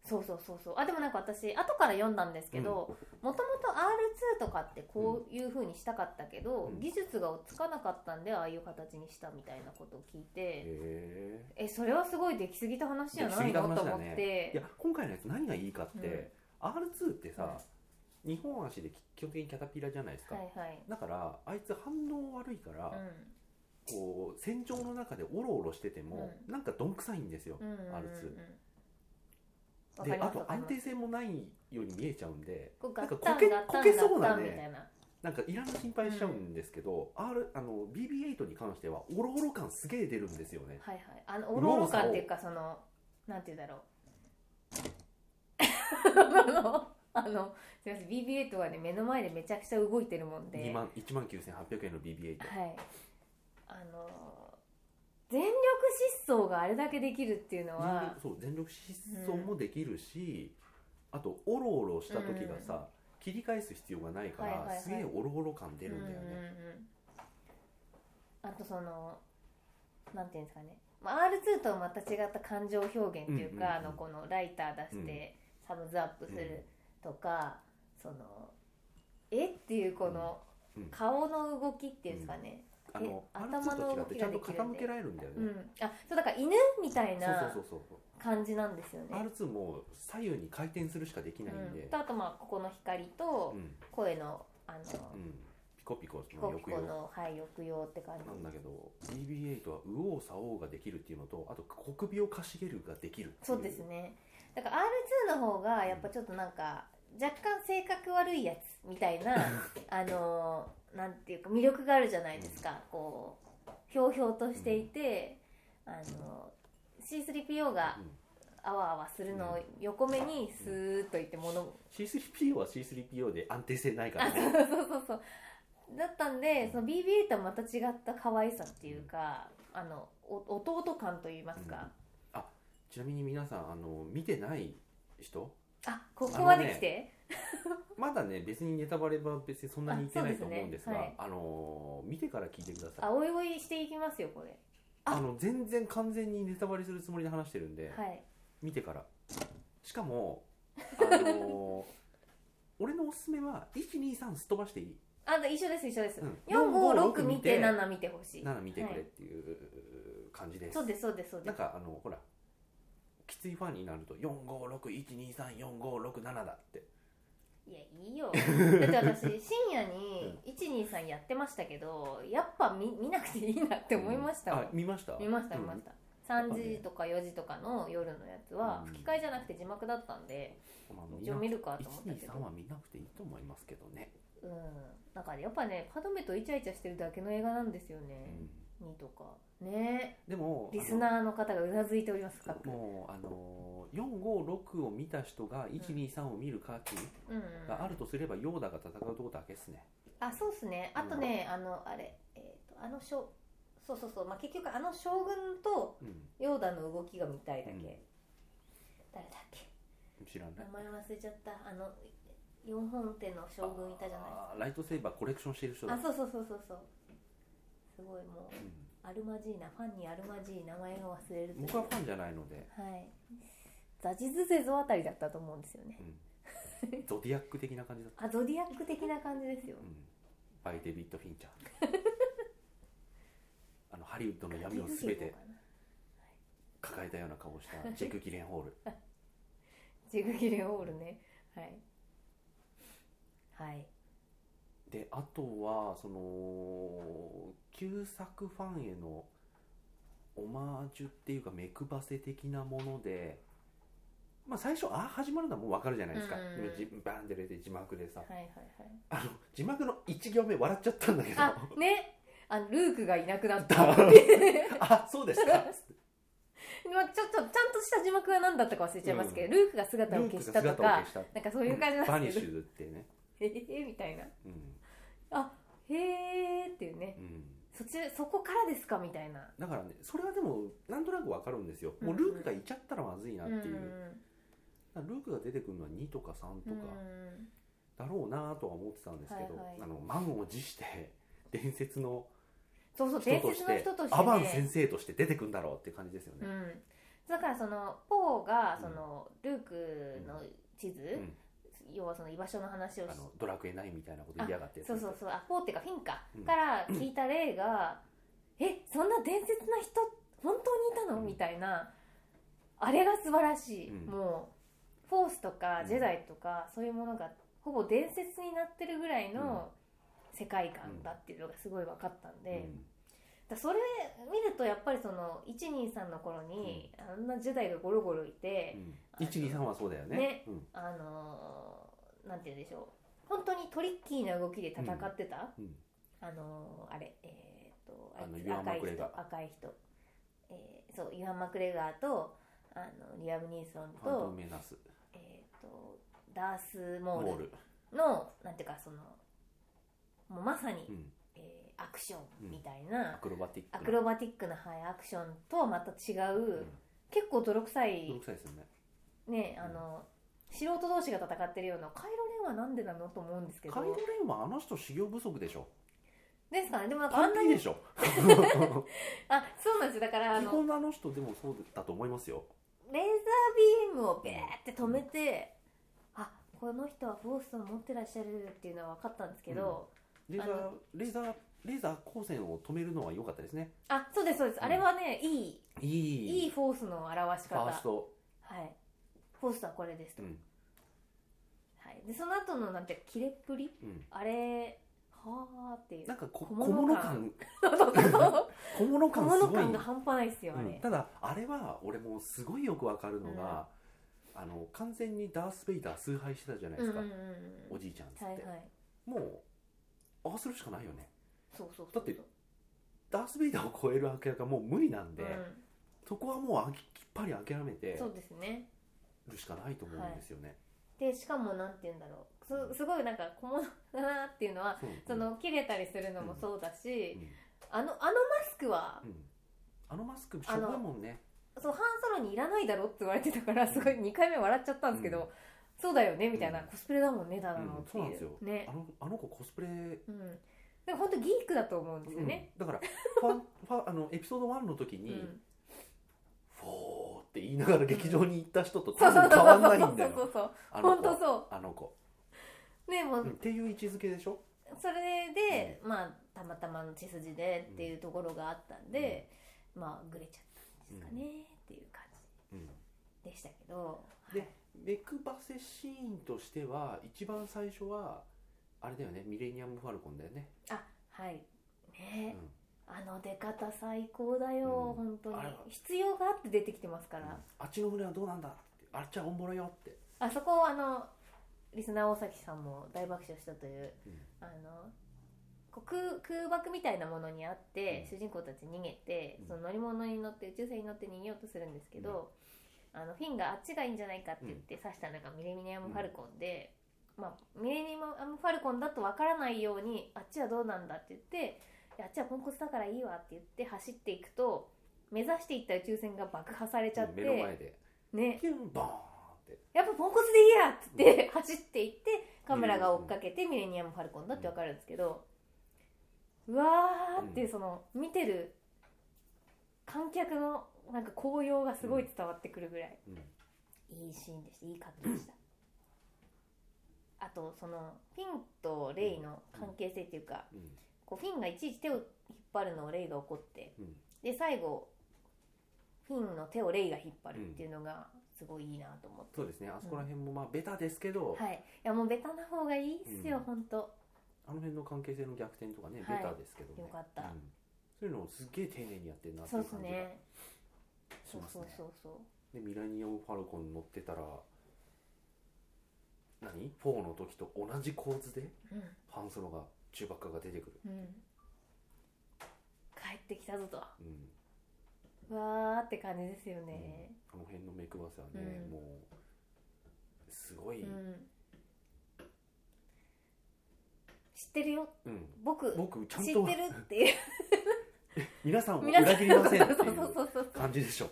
Speaker 2: そうそうそうそうあでもなんか私後から読んだんですけどもともと R2 とかってこういう風にしたかったけど、
Speaker 1: うん
Speaker 2: 技術が追っつかなかったんでああいう形にしたみたいなことを聞い
Speaker 1: へ
Speaker 2: て、
Speaker 1: え
Speaker 2: えそれはすごいできすぎた話じゃ
Speaker 1: 出来す
Speaker 2: ない
Speaker 1: ぎた
Speaker 2: の、
Speaker 1: 話
Speaker 2: と
Speaker 1: だ
Speaker 2: 思っ
Speaker 1: ねい
Speaker 2: て
Speaker 1: や今回のやつ何がいいかって、R2 ってさ、日本足で基本的にキャタピラじゃないですか、
Speaker 2: はいはい
Speaker 1: だからあいつ反応悪いから、
Speaker 2: うん
Speaker 1: こう戦場の中でおろおろしてても、なんかどんくさいんですよ、
Speaker 2: うんうんうん
Speaker 1: アルツ
Speaker 2: わか
Speaker 1: で
Speaker 2: り
Speaker 1: あ
Speaker 2: ます
Speaker 1: と
Speaker 2: わかり
Speaker 1: 安
Speaker 2: ます
Speaker 1: 定性もないように見えちゃうんで
Speaker 2: こう
Speaker 1: な
Speaker 2: ガ
Speaker 1: んか
Speaker 2: ッ
Speaker 1: こ
Speaker 2: タ
Speaker 1: け
Speaker 2: ンガッタン
Speaker 1: こけそう
Speaker 2: ガッ
Speaker 1: な
Speaker 2: タン
Speaker 1: ね
Speaker 2: みたいな
Speaker 1: なんかいらぬ心配しちゃうんですけど、R あの BB8 に関してはおろおろ感すげえ出るんですよね
Speaker 2: はいはいあのおろおろ感っていうかそのなんて言うんだろう (laughs) あのすみません BB8 はね目の前でめちゃくちゃ動いてるもんで
Speaker 1: 2万1万9800円の BB8
Speaker 2: はいあの全力疾走があれだけできるっていうのは、
Speaker 1: そう全力疾走もできるし、あとおろおろした時がさ、
Speaker 2: うん
Speaker 1: 切り返す必要がないから、
Speaker 2: はいはいはい
Speaker 1: すげえおろおろ感出るんだよ
Speaker 2: うんうん
Speaker 1: ね、
Speaker 2: うんあとそのなんていうんですかね、まあ、R2 とはまた違った感情表現っ
Speaker 1: う
Speaker 2: ていうか、
Speaker 1: んうんうん
Speaker 2: あのこのライター出してサムズアップするとか、そのえっていうこの
Speaker 1: うんうん
Speaker 2: 顔の動きっていうんですかね、うん
Speaker 1: あの
Speaker 2: え
Speaker 1: R2 と違ってちゃんと傾
Speaker 2: 頭の動きができるんで
Speaker 1: けられるんだよ
Speaker 2: うん
Speaker 1: ね、
Speaker 2: あそうだから犬みたいな
Speaker 1: そうそうそうそう
Speaker 2: 感じなんですよね。
Speaker 1: R2 も左右に回転するしかできないん
Speaker 2: う
Speaker 1: で
Speaker 2: ん、と、あとまあここの光と
Speaker 1: うんうん
Speaker 2: 声のあの、
Speaker 1: ピコピコ
Speaker 2: ピ
Speaker 1: の
Speaker 2: コピ
Speaker 1: 抑揚
Speaker 2: コの、はい、抑揚って感じ
Speaker 1: なんだけど BB8 は右往左往ができるっていうのとあと小首をかしげるができるってい
Speaker 2: そうですねだから R2 の方がやっぱちょっとなんか若干性格悪いやつみたい (laughs) なあのーなんていうか魅力があるじゃないですかこうひょうひょうとしていて、あのー C3PO が
Speaker 1: うん
Speaker 2: あわあわするのを横目にスーッといって物を
Speaker 1: C3PO は C3PO で安定性ないからね
Speaker 2: (laughs) そうそうそうだったんでその BB8 とはまた違った可愛さっていうかあのお弟感といいますか、
Speaker 1: ちなみに皆さんあの見てない人
Speaker 2: あここまで来て、
Speaker 1: まだね別にネタバレは別にそんなに言ってないと思うんですがあ
Speaker 2: あそうですね
Speaker 1: のー見てから聞いてください
Speaker 2: あおいおいしていきますよこれあ
Speaker 1: あの全然完全にネタバレするつもりで話してるんで、
Speaker 2: はい
Speaker 1: 見てからしかもあ
Speaker 2: (laughs)
Speaker 1: のー俺のおすすめは123すっ飛ばしていい
Speaker 2: あで一緒です一緒です、
Speaker 1: うん
Speaker 2: 456見て7見てほしい
Speaker 1: 7見てく
Speaker 2: は
Speaker 1: れっ
Speaker 2: い
Speaker 1: ていう感じです、
Speaker 2: そうですそうですそうで
Speaker 1: なん
Speaker 2: す
Speaker 1: かあのほらきついファンになると4561234567だって
Speaker 2: いやいいよだって私深夜に123やってましたけどやっぱ見見なくていいなって思いましたもん
Speaker 1: あ、見ました
Speaker 2: 見ました見ました、3
Speaker 1: やっぱ
Speaker 2: 時
Speaker 1: ね
Speaker 2: とか4時とかの夜のやつは
Speaker 1: うん
Speaker 2: 吹き替えじゃなくて字幕だったんで
Speaker 1: うんまあ見
Speaker 2: 一応
Speaker 1: な
Speaker 2: 見るかと思ったけど
Speaker 1: 123は見なくていいと思いますけどね、
Speaker 2: うんなんかねやっぱねパドメとイチャイチャしてるだけの映画なんですよ
Speaker 1: う
Speaker 2: ね、
Speaker 1: ん
Speaker 2: 2とかね
Speaker 1: でも
Speaker 2: リスナーの方がうなずいております
Speaker 1: あ
Speaker 2: か
Speaker 1: のもうあの456を見た人が123を見る価値
Speaker 2: うんうん
Speaker 1: があるとすればヨーダが戦うとこだけですね
Speaker 2: あそうっすねあとね、あのあれえっ、とあの将そうそうそうまあ結局あの将軍と
Speaker 1: うん
Speaker 2: ヨーダの動きが見たいだけ、
Speaker 1: うん
Speaker 2: 誰だっけ
Speaker 1: 知らない
Speaker 2: 名前忘れちゃったあの四本手の将軍いたじゃない
Speaker 1: あーライトセーバーコレクションしてる人だ
Speaker 2: あそうそうそうそうそうすごいも
Speaker 1: うん
Speaker 2: うアルマジーナファンにアルマジーナ名前を忘れるという
Speaker 1: 僕はファンじゃないの
Speaker 2: (laughs)
Speaker 1: で、
Speaker 2: はいザジズゼゾあたりだったと思うんですよね
Speaker 1: うん、ゾディアック的な感じだった、
Speaker 2: あゾディアック的な感じですよ
Speaker 1: うん、バイデビッド・フィンチャー
Speaker 2: (laughs)
Speaker 1: あのハリウッドの闇を全て抱えたような顔をしたジェイク・ギレンホール
Speaker 2: ジグギレオールねはいはい
Speaker 1: であとはその旧作ファンへのオマージュっていうか目配せ的なものでまあ最初あ始まるのはもう分かるじゃないですか、
Speaker 2: うん
Speaker 1: でじバンって出て字幕でさ、
Speaker 2: はいはいはい
Speaker 1: あの字幕の1行目笑っちゃったんだけど (laughs)
Speaker 2: あねあのルークがいなくなった (laughs) まあ
Speaker 1: だ
Speaker 2: ちょ
Speaker 1: あそうですか
Speaker 2: っとちゃんとした字幕は何だったか忘れちゃいますけど、ルークが姿を
Speaker 1: ルー
Speaker 2: 消
Speaker 1: ク
Speaker 2: し
Speaker 1: が
Speaker 2: た
Speaker 1: 姿
Speaker 2: と
Speaker 1: を
Speaker 2: か
Speaker 1: 消した
Speaker 2: なんかそういう感じ
Speaker 1: バ
Speaker 2: なん
Speaker 1: ニ
Speaker 2: で
Speaker 1: ッ
Speaker 2: す
Speaker 1: シ
Speaker 2: けど
Speaker 1: ュってね、
Speaker 2: 「え (laughs) えみたいな
Speaker 1: うん
Speaker 2: 「へえ」っていうね
Speaker 1: うん、
Speaker 2: そっちそこからですかみたいな
Speaker 1: だからねそれはでもなんとなくわかるんですよもう
Speaker 2: うんうん
Speaker 1: ルークがいちゃったらまずいなっていう、だからルークが出てくるのは2とか3と
Speaker 2: うん
Speaker 1: かだろうなとは思ってたんですけど、
Speaker 2: はいはい
Speaker 1: あの満を持して (laughs) 伝説の
Speaker 2: そうそう
Speaker 1: 人
Speaker 2: 伝
Speaker 1: とし
Speaker 2: 説
Speaker 1: て
Speaker 2: の人として
Speaker 1: アバン
Speaker 2: ね
Speaker 1: 先生として出てくんだろうって感じですよね、
Speaker 2: うん、だからそのポーがそのルークの地図、
Speaker 1: うん
Speaker 2: 要はその居場所の話をし
Speaker 1: あのドラクエ9みたいなこと言いやがって
Speaker 2: そうそうそうあポーっていうかフィンか、
Speaker 1: うん
Speaker 2: から聞いた例が「えそんな伝説な人本当にいたの?」
Speaker 1: うん
Speaker 2: みたいなあれが素晴らしい、
Speaker 1: うん
Speaker 2: もうフォースとか
Speaker 1: うん
Speaker 2: ジェダイとか、そういうものがほぼ伝説になってるぐらいの世界観だっていうのがすごい分かったんで、
Speaker 1: うん
Speaker 2: だそれ見るとやっぱりその123の頃にあんなジェダイがゴロゴロいて、
Speaker 1: うん、123はそうだよね
Speaker 2: ね
Speaker 1: うん
Speaker 2: あのーなんて言うんでしょう本当にトリッキーな動きで戦ってた、
Speaker 1: うん
Speaker 2: あのーあれえーっと
Speaker 1: あの
Speaker 2: いつ
Speaker 1: ユアン
Speaker 2: 赤
Speaker 1: マ
Speaker 2: い
Speaker 1: クレ
Speaker 2: 人
Speaker 1: ガー
Speaker 2: 赤い人、えーそうユアン・マクレガーとあのリアム・ニーソン
Speaker 1: ファントム
Speaker 2: と,、
Speaker 1: メナス
Speaker 2: えーっとダース・
Speaker 1: モ
Speaker 2: モ
Speaker 1: ー
Speaker 2: ール
Speaker 1: ル
Speaker 2: のなんていうかそのもうまさに、
Speaker 1: うん
Speaker 2: えーアクションみたいな、
Speaker 1: アクロバティック
Speaker 2: ア
Speaker 1: な
Speaker 2: クロバティックな、はい、アクションとはまた違う、結構泥臭
Speaker 1: うん
Speaker 2: い
Speaker 1: 泥、臭いですよね
Speaker 2: ね
Speaker 1: うん
Speaker 2: あの素人同士が戦ってるようなカイロレンはなんでなのと思うんですけど
Speaker 1: カイロレンはあの人修行不足でしょ
Speaker 2: ですかねでもなん (laughs) かあ
Speaker 1: パ
Speaker 2: ん
Speaker 1: ン
Speaker 2: な
Speaker 1: ピー
Speaker 2: に
Speaker 1: でしょ
Speaker 2: あそうなんですよだからあ
Speaker 1: 基
Speaker 2: の
Speaker 1: 本あの人でもそうだと思いますよ
Speaker 2: レーザービームをビューって止めて、あこの人はフォースを持ってらっしゃるっていうのは分かったんですけど、
Speaker 1: レーザ
Speaker 2: あ
Speaker 1: ーレーザーレーザー光線を止めるのは良かったですね
Speaker 2: あそうですそうです、
Speaker 1: うん
Speaker 2: あれはねいい
Speaker 1: いい
Speaker 2: いいフォースの表し
Speaker 1: ファ
Speaker 2: 方
Speaker 1: ースト
Speaker 2: はいフォースはこれです
Speaker 1: う
Speaker 2: と、
Speaker 1: ん
Speaker 2: はい、でその後のなんて切れっぷり
Speaker 1: うん
Speaker 2: あれはあっていう
Speaker 1: なんかこ
Speaker 2: 小
Speaker 1: 小
Speaker 2: 物
Speaker 1: 物感
Speaker 2: 感 (laughs) 小
Speaker 1: 小物感す
Speaker 2: 物
Speaker 1: ごい
Speaker 2: 感が半端ないですよあ
Speaker 1: うん
Speaker 2: れ、
Speaker 1: ただあれは俺もすごいよくわかるのが、あの完全にダース・ベイダー崇拝してたじゃないで
Speaker 2: うん
Speaker 1: す
Speaker 2: うん
Speaker 1: か、
Speaker 2: うんう
Speaker 1: お
Speaker 2: ん
Speaker 1: じいちゃんっつって、
Speaker 2: はいはい
Speaker 1: もうああするしかないよね
Speaker 2: そうそうそう
Speaker 1: だってダース・ベイダーを超える悪役はもう無理なんで、
Speaker 2: うん
Speaker 1: そこはもうあききっぱり諦めて
Speaker 2: そうですね
Speaker 1: るしかないと思うんですよね、
Speaker 2: でしかもなんて言うんだろうすすごいなんか小物だなっていうのは
Speaker 1: そう
Speaker 2: その切れたりするのもそうだ
Speaker 1: う
Speaker 2: し、
Speaker 1: ん
Speaker 2: あのあのマスクは
Speaker 1: うんうんあのマスクし
Speaker 2: あ
Speaker 1: ょ
Speaker 2: の
Speaker 1: ぼいもんね
Speaker 2: そうハンソロにいらないだろって言われてたからすごい
Speaker 1: うん
Speaker 2: 2回目笑っちゃったんですけど、
Speaker 1: うん
Speaker 2: そうだよねみたいな、
Speaker 1: うん
Speaker 2: コスプレだもんねだなのっていう,、
Speaker 1: うんそうなんです
Speaker 2: ね
Speaker 1: あのあの子コスプレ、
Speaker 2: うんでも本当ギークだと思うんですよね、
Speaker 1: うんだからファンファンあのエピソード1の時
Speaker 2: う
Speaker 1: に、
Speaker 2: ん
Speaker 1: フォーって言いながら劇場に行った人と
Speaker 2: そ
Speaker 1: 多
Speaker 2: うそう
Speaker 1: 分
Speaker 2: そう
Speaker 1: 変わんないんだ
Speaker 2: そうそ
Speaker 1: よ
Speaker 2: うそう
Speaker 1: あの
Speaker 2: 本当
Speaker 1: 子
Speaker 2: そ
Speaker 1: あの子、
Speaker 2: うねもう、
Speaker 1: うんっていう位置づけでしょ
Speaker 2: それで、まあたまたまの血筋でっていうところがあったんで、まあグレちゃったんですかね、っていう感
Speaker 1: うん
Speaker 2: じでしたけど
Speaker 1: で目くばせシーンとしては一番最初はあれだよねミレニアム・ファルコンだよね、
Speaker 2: はい、はい、
Speaker 1: うん
Speaker 2: ね、あの出方最高だよ、
Speaker 1: うん
Speaker 2: 本当に
Speaker 1: あれは
Speaker 2: 必要があって出てきてますから、
Speaker 1: あっちの船はどうなんだってあっちはおんぼろよって
Speaker 2: あそこあのリスナー大崎さんも大爆笑したという、
Speaker 1: うん
Speaker 2: あのこう空空爆みたいなものにあって、主人公たち逃げて、
Speaker 1: うん
Speaker 2: その乗り物に乗って宇宙船に乗って逃げようとするんですけど、あのフィンがあっちがいいんじゃないかって言って刺したのがミレニアム・ファルコンで、まあ、ミレニアム・ファルコンだとわからないようにあっちはどうなんだって言っていやあっちはポンコツだからいいわって言って走っていくと目指していった宇宙船が爆破されちゃって、
Speaker 1: 目の前で
Speaker 2: ね、
Speaker 1: ピュンボーンって
Speaker 2: やっぱポンコツでいいやっつって走っていってカメラが追っかけてミレニアム・ファルコンだってわかるんですけどうわーってその見てる観客のなんか高揚がすごい伝わってくるぐらい
Speaker 1: うん
Speaker 2: いいシーンでしたいいカットでしたあとそのフィンとレイの関係性っていうか
Speaker 1: うん
Speaker 2: こうフィンがいちいち手を引っ張るのをレイが怒って
Speaker 1: うん
Speaker 2: で最後フィンの手をレイが引っ張るっていうのがすごいいいなと思って。
Speaker 1: そうですねあそこら辺もまあベタですけど、
Speaker 2: はい、いやもうベタな方がいいっすよ、
Speaker 1: うん
Speaker 2: ほんと
Speaker 1: あの辺の関係性の逆転とかねベ
Speaker 2: はい
Speaker 1: タですけどね、
Speaker 2: よかった
Speaker 1: うんそういうのをすっげえ丁寧にやってるなって
Speaker 2: そ
Speaker 1: いうう
Speaker 2: です
Speaker 1: 感じが
Speaker 2: ね
Speaker 1: し
Speaker 2: そう
Speaker 1: ます
Speaker 2: そう
Speaker 1: ね
Speaker 2: そうそう
Speaker 1: でミラニアム・ファルコン乗ってたら何 ?4 の時と同じ構図で
Speaker 2: う
Speaker 1: ハンソロが中ばっかが出てくる、
Speaker 2: ん、うん、帰ってきたぞと
Speaker 1: うん、
Speaker 2: わーって感じですよね
Speaker 1: この辺の目くばせはね、
Speaker 2: うん
Speaker 1: もうすご
Speaker 2: う
Speaker 1: い、
Speaker 2: ん、
Speaker 1: うん
Speaker 2: 知ってるよ僕
Speaker 1: 僕ちゃん
Speaker 2: 知っ
Speaker 1: と
Speaker 2: てるって
Speaker 1: (laughs)
Speaker 2: いう
Speaker 1: 皆さんを
Speaker 2: 皆さ
Speaker 1: 裏
Speaker 2: ん
Speaker 1: 切りませんって
Speaker 2: そう
Speaker 1: い
Speaker 2: そう
Speaker 1: う
Speaker 2: そうそうそう
Speaker 1: 感じでしょ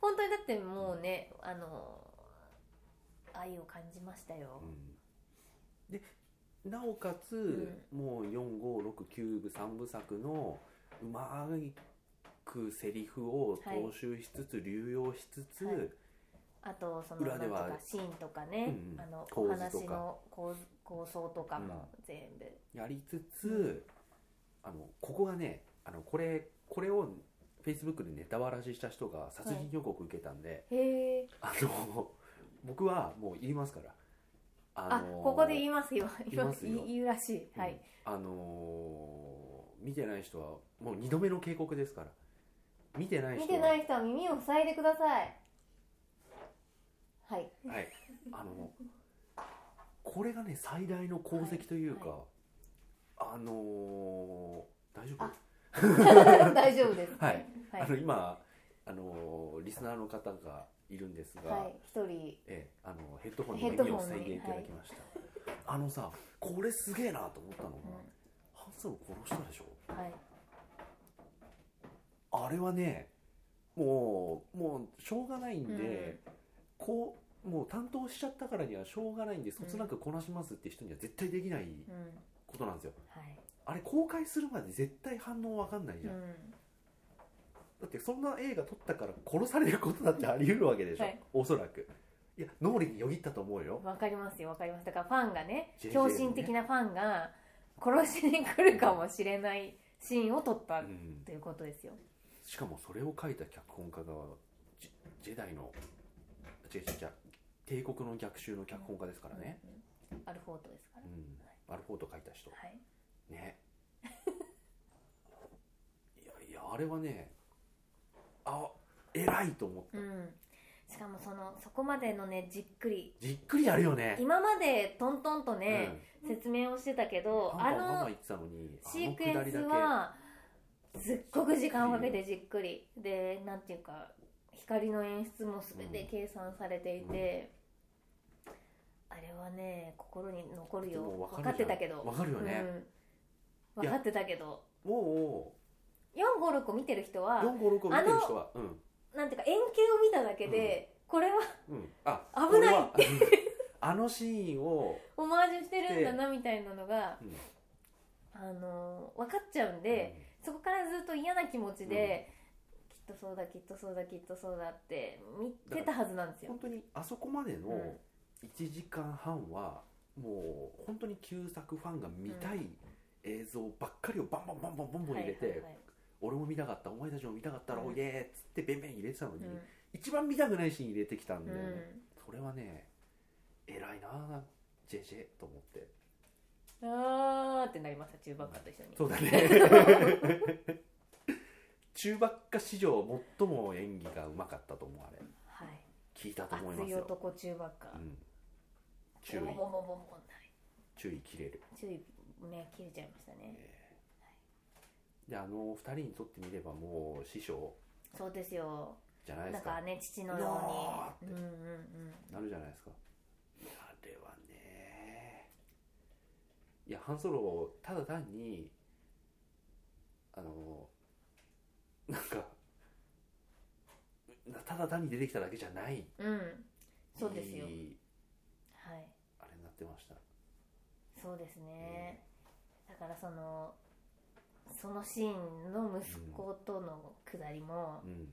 Speaker 2: 本当にだってもうねあの愛を感じましたよ、
Speaker 1: うんでなおかつ、もう4569部3部作のうまくセリフを踏襲しつつ、流用しつつ、
Speaker 2: はいあとその
Speaker 1: 裏では
Speaker 2: なんとかシーンとかね、
Speaker 1: うんうん
Speaker 2: あの
Speaker 1: 構
Speaker 2: お
Speaker 1: 図とか
Speaker 2: 話の構図構想とかも全部、
Speaker 1: やりつつ、
Speaker 2: うん
Speaker 1: あのここがねあのこれこれをフェイスブックでネタばらしした人が殺人予告受けたんで、
Speaker 2: へえ
Speaker 1: あの僕はもう言いますからあ
Speaker 2: あここで言
Speaker 1: い
Speaker 2: いますよ
Speaker 1: 言いますよ
Speaker 2: 言うらしい、はい
Speaker 1: あのー見てない人はもう2度目の警告ですから見てない
Speaker 2: 見
Speaker 1: 人
Speaker 2: て
Speaker 1: は
Speaker 2: ない人は耳を塞いでくださいはい
Speaker 1: (laughs) はい、あのこれがね最大の功績というか、
Speaker 2: は
Speaker 1: あのー大丈夫
Speaker 2: あ大丈夫です。
Speaker 1: はい。
Speaker 2: は
Speaker 1: あ
Speaker 2: い。
Speaker 1: の今、あのーリスナーの方がいるんですが、
Speaker 2: はい。一人。
Speaker 1: ええあのヘッドホンに
Speaker 2: ヘッドホン
Speaker 1: 耳を塞
Speaker 2: に
Speaker 1: いでいただきました、あのさこれすげえなと思ったのが、
Speaker 2: う
Speaker 1: ハンソロ殺したでしょ
Speaker 2: んはい。
Speaker 1: あれはねもうもうしょうがないんで、こうもう担当しちゃったからにはしょうがないんでそつなくこなしますって人には絶対できない
Speaker 2: うん。うん。
Speaker 1: ことなんですよ
Speaker 2: はい。
Speaker 1: あれ公開するまで絶対反応わかんないじ
Speaker 2: う
Speaker 1: ゃん、だ
Speaker 2: ん。
Speaker 1: ってそんな映画撮ったから殺されることだってあり得るわけでしょ、
Speaker 2: はい
Speaker 1: おそらくいや脳裏によぎったと思うよ
Speaker 2: わかりますよ。わかります。だからファンがね、
Speaker 1: JJ
Speaker 2: 狂信的なファンが殺しに来るかもしれないシーンを撮った
Speaker 1: うん
Speaker 2: ということですよ。
Speaker 1: しかもそれを書いた脚本家がジジェダイの違う違う違う帝国の逆襲の脚本家ですからね、
Speaker 2: うん。アルフォートですから
Speaker 1: う。ん、アルフォート書いた人
Speaker 2: はい。 (laughs)
Speaker 1: ねいやいやあれはねあ偉いと思った、
Speaker 2: うん。しかもそのそこまでのねじっくり
Speaker 1: じっくりやるよね
Speaker 2: 今までトントンと
Speaker 1: うん
Speaker 2: ね、説明をしてたけど
Speaker 1: パ
Speaker 2: あ
Speaker 1: ンパンママ
Speaker 2: の
Speaker 1: 言ってたのに
Speaker 2: シークエンス
Speaker 1: あのくだりだ
Speaker 2: はすっごく時間をかけてじっくりでなんていうか光の演出も全て計算されていて、あれはね心に残る
Speaker 1: けでも
Speaker 2: よ分
Speaker 1: 分
Speaker 2: か
Speaker 1: か
Speaker 2: っ
Speaker 1: るじ
Speaker 2: て
Speaker 1: ゃん
Speaker 2: たけど
Speaker 1: 分かるよね、
Speaker 2: うん、分かってたけど
Speaker 1: も
Speaker 2: 456を見てる人
Speaker 1: う
Speaker 2: は
Speaker 1: 456を見てる人はうん
Speaker 2: なんていうか円形を見ただけで、これは (laughs)
Speaker 1: うんあ
Speaker 2: 危ない
Speaker 1: これはうんあのシーンを
Speaker 2: オマージュしてるんだなみたいなのが、
Speaker 1: うん
Speaker 2: あの分かっちゃうんで、そこからずっと嫌な気持ちで、きっとそうだきっとそうだきっとそうだって見てたはずなんです
Speaker 1: うん
Speaker 2: よ
Speaker 1: 本。当にあそこまでの
Speaker 2: うん
Speaker 1: 1時間半はもう本当に旧作ファンが見たい映像ばっかりをバンバンバンバンバンバン入れて、
Speaker 2: はいはいはい
Speaker 1: 俺も見たかったお前たちも見たかったろ
Speaker 2: う
Speaker 1: うんイエーっつってベンベン入れてたの
Speaker 2: う
Speaker 1: に、
Speaker 2: ん
Speaker 1: 一番見たくないシーン入れてきたんで、
Speaker 2: う
Speaker 1: それはね偉いなあ JJ と思って
Speaker 2: ん、あーってなりました中盤化と一緒に
Speaker 1: そうだね (laughs) 中ばっか史上最も演技がうまかったと思うあれ
Speaker 2: はい
Speaker 1: 聞いたと思いま
Speaker 2: 熱
Speaker 1: す
Speaker 2: い
Speaker 1: よ、
Speaker 2: 男中ばっか
Speaker 1: うん、注意
Speaker 2: ボンボンボンボンボン
Speaker 1: 注意切れる
Speaker 2: 注意目切れちゃいましたね
Speaker 1: であの二人にとってみればもう師匠
Speaker 2: そうですよ
Speaker 1: じゃないで
Speaker 2: だ
Speaker 1: す
Speaker 2: から
Speaker 1: か
Speaker 2: ね父のように
Speaker 1: なー
Speaker 2: うん
Speaker 1: っ
Speaker 2: う
Speaker 1: て
Speaker 2: ん
Speaker 1: なるじゃないですかあれはねいやハンソロをただ単にあのなんかなただ単に出てきただけじゃない
Speaker 2: うんうんそうですよ
Speaker 1: いい
Speaker 2: はい
Speaker 1: あれになってました
Speaker 2: そうですねだからそのそのシーンの息子とのくだりも
Speaker 1: う、ん、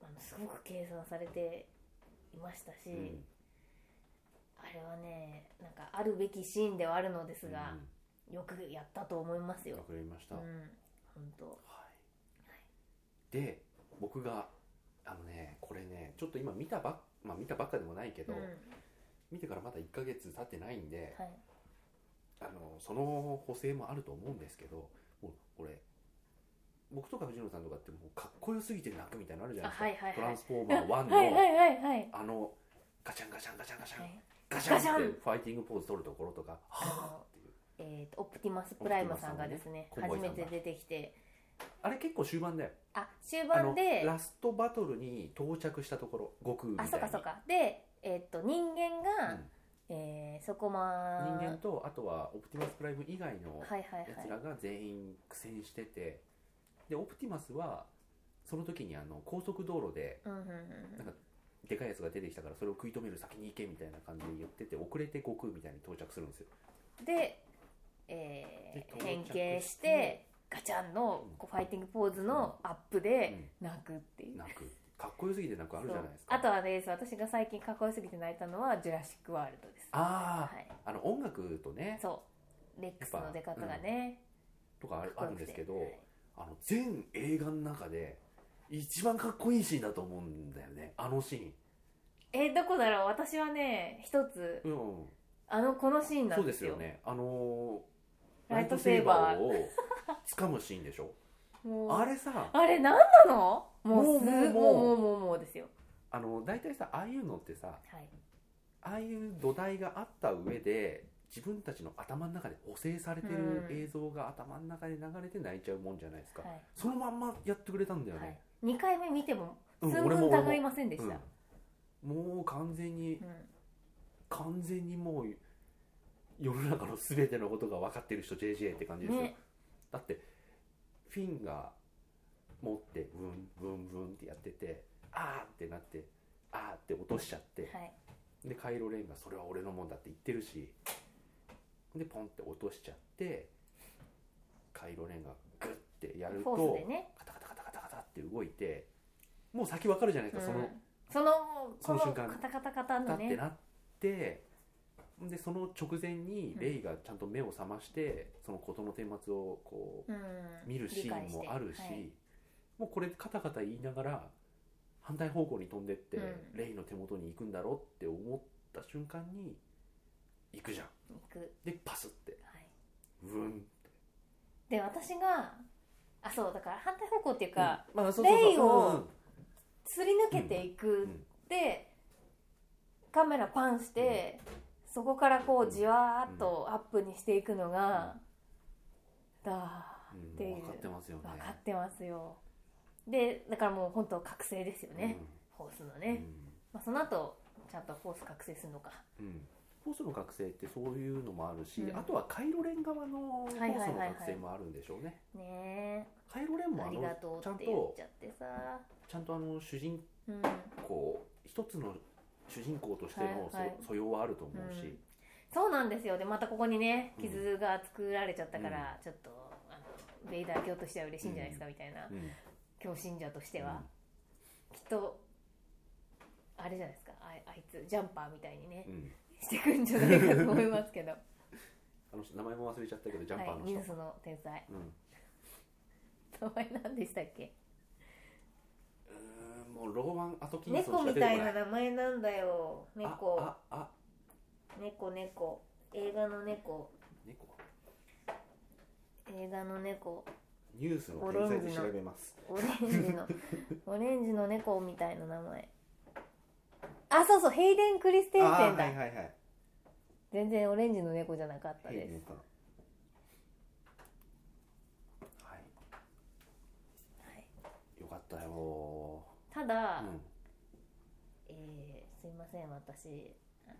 Speaker 2: あのすごく計算されていましたし、
Speaker 1: うん
Speaker 2: あれはねなんかあるべきシーンではあるのですが、よくやったと思います
Speaker 1: うん、
Speaker 2: よ
Speaker 1: わ。かりまし
Speaker 2: う
Speaker 1: た、
Speaker 2: ん
Speaker 1: はい、、
Speaker 2: 本当。
Speaker 1: で僕があのねこれねちょっと今見たばっまあ見たばっかでもないけ
Speaker 2: う
Speaker 1: ど、
Speaker 2: ん、は
Speaker 1: 見てからまだ1ヶ月経ってないんで、
Speaker 2: い。
Speaker 1: あのその補正もあると思うんですけどもうこれ僕とか藤野さんとかってもうかっこよすぎて泣くみたいなのあるじゃないですか「
Speaker 2: あはいはいはい
Speaker 1: トランスフォーマー1の」
Speaker 2: はいはいはいはい。
Speaker 1: あのガチャンガチャンガチャンガチャン、
Speaker 2: はい
Speaker 1: ガチャン
Speaker 2: ガチャン
Speaker 1: ってファイティングポーズ取るところとか「はあ」っていう
Speaker 2: えっ、とオプティマスプライムさんがですね
Speaker 1: オ、プティマ
Speaker 2: 初
Speaker 1: スさんね
Speaker 2: めて出てきて、
Speaker 1: あれ結構終盤だよ
Speaker 2: あ終
Speaker 1: あ
Speaker 2: 盤
Speaker 1: の
Speaker 2: で、
Speaker 1: ラストバトルに到着したところ悟空みたい
Speaker 2: あ
Speaker 1: に
Speaker 2: そうかそうか。で、えっ、と人間が、
Speaker 1: うん
Speaker 2: えー、そこま
Speaker 1: 人間とあとはオプティマスプライム以外の
Speaker 2: はいはい
Speaker 1: や
Speaker 2: は
Speaker 1: つ
Speaker 2: い。
Speaker 1: らが全員苦戦しててでオプティマスはその時にあの高速道路で
Speaker 2: うんうんうん
Speaker 1: なんかでかいやつが出てきたからそれを食い止める先に行けみたいな感じで言ってて遅れて悟空みたいに到着するんですよ
Speaker 2: うん。で、えー、
Speaker 1: で
Speaker 2: 変形し
Speaker 1: 到着して
Speaker 2: て。ガチャンのこうファイティングポーズのアップで泣くっていう、
Speaker 1: 泣くかっこよすぎて泣くあるじゃないです
Speaker 2: そう
Speaker 1: か
Speaker 2: あとはです私が最近かっこよすぎて泣いたのは「ジュラシック・ワールド」です
Speaker 1: あ
Speaker 2: はい、
Speaker 1: あの音楽とね
Speaker 2: そうレックスの出方がね、
Speaker 1: とかある
Speaker 2: か
Speaker 1: あ
Speaker 2: っこ
Speaker 1: るん
Speaker 2: よくて
Speaker 1: ですけどあの全映画の中で一番かっこいいシーンだと思うんだよねあのシ
Speaker 2: えどこだろう私はね一つ
Speaker 1: ーンうん
Speaker 2: あのこのシーンなん
Speaker 1: そうで
Speaker 2: で
Speaker 1: すす
Speaker 2: よ
Speaker 1: よねあのー
Speaker 2: ライ
Speaker 1: イトセーバーを掴むシーンで
Speaker 2: (laughs)
Speaker 1: しょ
Speaker 2: もう
Speaker 1: あれさ
Speaker 2: あれ何なのも
Speaker 1: も
Speaker 2: うす
Speaker 1: うも
Speaker 2: もうも
Speaker 1: う
Speaker 2: う
Speaker 1: も
Speaker 2: も
Speaker 1: う
Speaker 2: うもうもうですよ
Speaker 1: あの大体さああいうのってさ
Speaker 2: はい
Speaker 1: ああいう土台があった上で自分たちの頭の中で補正されてる
Speaker 2: うん
Speaker 1: 映像が頭の中で流れて泣いちゃうもんじゃないですか、
Speaker 2: はい
Speaker 1: そのまんまやってくれたんだよ
Speaker 2: は
Speaker 1: ね
Speaker 2: い、2回目見ても
Speaker 1: うん
Speaker 2: 寸
Speaker 1: 俺も
Speaker 2: 分たが
Speaker 1: 俺
Speaker 2: い
Speaker 1: も、
Speaker 2: ませんでした、
Speaker 1: うん、もう完全に
Speaker 2: うん
Speaker 1: 完全にもう世の中の全てのことが分かってる人 JJ って感じですよ、
Speaker 2: ね
Speaker 1: だってフィンが持ってブンブンブンってやっててあーってなってあーって落としちゃって、
Speaker 2: はい
Speaker 1: でカイロレンが「それは俺のもんだ」って言ってるしでポンって落としちゃってカイロレンがグッてやる
Speaker 2: フォー
Speaker 1: と
Speaker 2: スでね
Speaker 1: カタカタカタカタカタって動いてもう先分かるじゃないですか、
Speaker 2: う
Speaker 1: その
Speaker 2: ん
Speaker 1: そ
Speaker 2: そのこ
Speaker 1: の
Speaker 2: の
Speaker 1: 瞬間
Speaker 2: カタカタカ
Speaker 1: だ
Speaker 2: タの
Speaker 1: って
Speaker 2: ね
Speaker 1: なってでその直前にレイがちゃんと目を覚まして、その事の顛末をこう
Speaker 2: うん
Speaker 1: 見るシーンもあるし
Speaker 2: 理解て
Speaker 1: もうこれカタカタ言いながら反対方向に飛んでって、
Speaker 2: うん
Speaker 1: レイの手元に行くんだろうって思った瞬間に行くじゃん
Speaker 2: はい、行く
Speaker 1: でパスって
Speaker 2: はい
Speaker 1: うん
Speaker 2: で私があそうだから反対方向っていうか、
Speaker 1: うんまあそうそうそう
Speaker 2: レイを
Speaker 1: うんうん
Speaker 2: すり抜けていく、
Speaker 1: ん
Speaker 2: でカメラパンして、そこからこうじわーっとアップにしていくのが、だ
Speaker 1: うん
Speaker 2: っていう
Speaker 1: 分かってますよね
Speaker 2: ー分かってますよでだからもう本当覚醒ですよね、フォースの
Speaker 1: うん
Speaker 2: ね、まあ、その後ちゃんとフォース覚醒するのか
Speaker 1: うんうんフォースの覚醒ってそういうのもあるし、
Speaker 2: うん
Speaker 1: あとはカイロレン側のフォ
Speaker 2: はい
Speaker 1: ー
Speaker 2: は
Speaker 1: ス
Speaker 2: いはい
Speaker 1: の
Speaker 2: はい
Speaker 1: 覚醒もあるんでしょうね、
Speaker 2: ね
Speaker 1: カイロレン
Speaker 2: え
Speaker 1: も
Speaker 2: あ
Speaker 1: あ
Speaker 2: り
Speaker 1: の
Speaker 2: がと
Speaker 1: ちゃ
Speaker 2: うんって言っ
Speaker 1: と
Speaker 2: ちゃってさ
Speaker 1: ちゃんとあの主人
Speaker 2: うん
Speaker 1: 公一つの主人公としてのそ
Speaker 2: はいはい
Speaker 1: 素養はあると思うし、
Speaker 2: うんそうなんですよでまたここにね
Speaker 1: うん
Speaker 2: 傷が作られちゃったから、ちょっとあのベイダー教としては嬉しいんじゃないですか、みたいな
Speaker 1: うん
Speaker 2: 教信者としては、きっとあれじゃないですかああいつジャンパーみたいにね
Speaker 1: う
Speaker 2: (laughs)
Speaker 1: んうん
Speaker 2: してくんじゃないかと思いますけど
Speaker 1: あの人名前も忘れちゃったけど (laughs) ジャンパーの
Speaker 2: はい、
Speaker 1: 人、
Speaker 2: ニュースの天才
Speaker 1: うん
Speaker 2: 名前何でしたっけ
Speaker 1: うーんもうローマン・アトキンソンしか出
Speaker 2: 猫み
Speaker 1: て
Speaker 2: た
Speaker 1: こ
Speaker 2: い
Speaker 1: な
Speaker 2: ない名前なんだよ猫
Speaker 1: あああ
Speaker 2: 猫猫映画の猫
Speaker 1: 猫
Speaker 2: 映画の猫
Speaker 1: ニュースの天才で調べます
Speaker 2: オレン
Speaker 1: (laughs)
Speaker 2: ジのオレンジの猫みたいな名前あそうそうヘイデン・クリステンセン
Speaker 1: あー
Speaker 2: だ、
Speaker 1: はいはいはい
Speaker 2: 全然オレンジの猫じゃなかった
Speaker 1: ヘイ
Speaker 2: で
Speaker 1: デン
Speaker 2: す
Speaker 1: さんはい
Speaker 2: はい
Speaker 1: よかったよ
Speaker 2: ただ、
Speaker 1: ー、うん、
Speaker 2: えーすいません私あの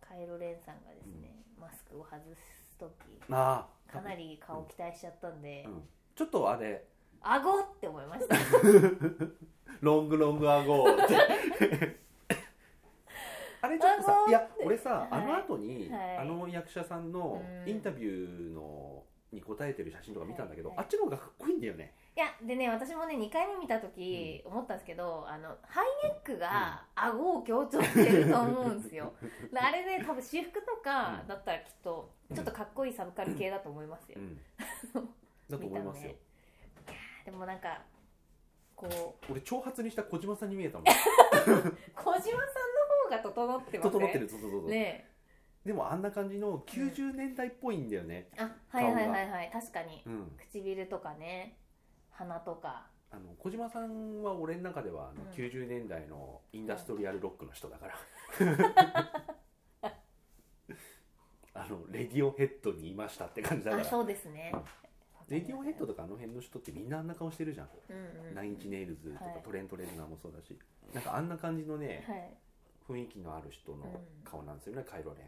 Speaker 2: カイロレンさんがですね、マスクを外す時
Speaker 1: あー
Speaker 2: かなり顔期待しちゃったんで、
Speaker 1: うんちょっとあれ
Speaker 2: 顎って思いました
Speaker 1: (laughs) ロングロングアゴ
Speaker 2: (laughs)
Speaker 1: ーってあれちょっと
Speaker 2: ア
Speaker 1: さ
Speaker 2: ゴー
Speaker 1: いや俺さ
Speaker 2: はい
Speaker 1: あの後に、
Speaker 2: はい
Speaker 1: あの役者さんの
Speaker 2: うん
Speaker 1: インタビューのに答えてる写真とか見たんだけど、
Speaker 2: はいは
Speaker 1: あ
Speaker 2: い
Speaker 1: っちの方がかっこいいんだよね
Speaker 2: いやでね私もね2回目見た時思ったんですけどあのハイネックが顎を強調してると思う
Speaker 1: (laughs)
Speaker 2: んですよであれね多分私服とかだったらきっとちょっとかっこいいサブカル系だと思いますよ
Speaker 1: う、
Speaker 2: (laughs)
Speaker 1: んだと思いますよ、
Speaker 2: 見でもなんかこう
Speaker 1: 俺挑発にした小島さんに見えたも
Speaker 2: (laughs)
Speaker 1: ん
Speaker 2: 小島さんの方が整ってますね
Speaker 1: 整ってる整ってる
Speaker 2: ね
Speaker 1: でもあんな感じの90年代っぽいんだよね
Speaker 2: えあはいはいはいはい確かに
Speaker 1: うん
Speaker 2: 唇とかね鼻とか
Speaker 1: あの小島さんは俺の中ではあの
Speaker 2: うん
Speaker 1: 90年代のインダストリアルロックの人だから、 (laughs) あのレディオヘッドにいましたって感じだか
Speaker 2: あ
Speaker 1: ら
Speaker 2: そうですね
Speaker 1: レディオヘッドとかあの辺の人ってみんなあんな顔してるじゃん、
Speaker 2: うんうん
Speaker 1: ナインチネイルズとか
Speaker 2: はい
Speaker 1: トレント・レズナーもそうだし、なんかあんな感じのね
Speaker 2: はい
Speaker 1: 雰囲気のある人の
Speaker 2: うん
Speaker 1: 顔なんですよね、カイロレ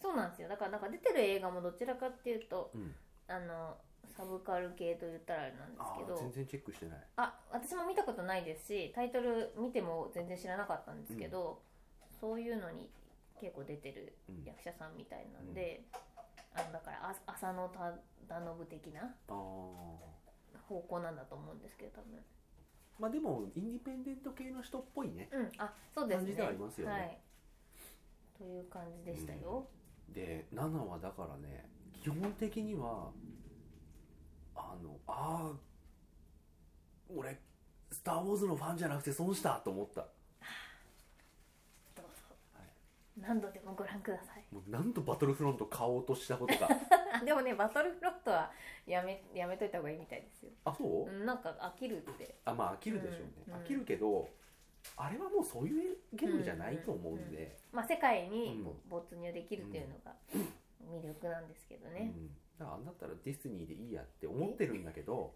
Speaker 2: そうなんですよだからなんか出てる映画もどちらかっていうと
Speaker 1: ン、うん、
Speaker 2: あのサブカル系と言ったらあれなんです
Speaker 1: あ
Speaker 2: け
Speaker 1: あ全
Speaker 2: ど
Speaker 1: 然チェックしてない
Speaker 2: あ私も見たことないですしタイトル見ても全然知らなかったんですけど、そういうのに結構出てる
Speaker 1: うん
Speaker 2: 役者さんみたいなんで、あのだからあ浅野忠信的な
Speaker 1: あ
Speaker 2: 方向なんだと思うんですけど多分
Speaker 1: ーまあでもインディペンデント系の人っぽいね
Speaker 2: うん、あ、そうですね。
Speaker 1: 感じではありますよね
Speaker 2: はい。という感じでしたよ。
Speaker 1: で7はだからね基本的にはあのあー俺「スター・ウォーズ」のファンじゃなくて損したと思った
Speaker 2: どうぞ。
Speaker 1: はい
Speaker 2: 何度でもご覧ください (laughs)
Speaker 1: もう何度バトルフロント買おうとしたことが
Speaker 2: あでもねバトルフロントはやめやめといた方がいいみたいですよ
Speaker 1: あそう、
Speaker 2: うんなんか飽きるって
Speaker 1: あまあ飽きるでしょうね、
Speaker 2: うん
Speaker 1: 飽きるけどあれはもうそういうゲームじゃないと思うんで、
Speaker 2: まあ世界に
Speaker 1: うん
Speaker 2: ぼ没入できるっていうのが魅力なんですけど
Speaker 1: うん
Speaker 2: ね、
Speaker 1: だからあんだったらディズニーでいいやって思ってるんだけど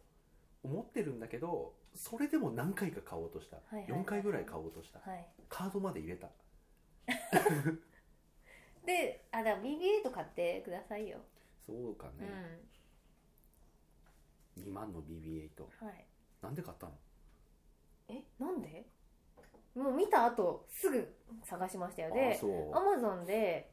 Speaker 1: 思ってるんだけどそれでも何回か買おうとした、
Speaker 2: いはいはい
Speaker 1: 4回ぐらい買おうとした
Speaker 2: はい
Speaker 1: カードまで入れた
Speaker 2: であだから BB8 買ってくださいよ、
Speaker 1: そうかね、2万の BB8
Speaker 2: うんはい
Speaker 1: なんで買ったの
Speaker 2: えなんでもう見た後すぐ探しましたよ
Speaker 1: あ
Speaker 2: で
Speaker 1: そう
Speaker 2: アマゾンで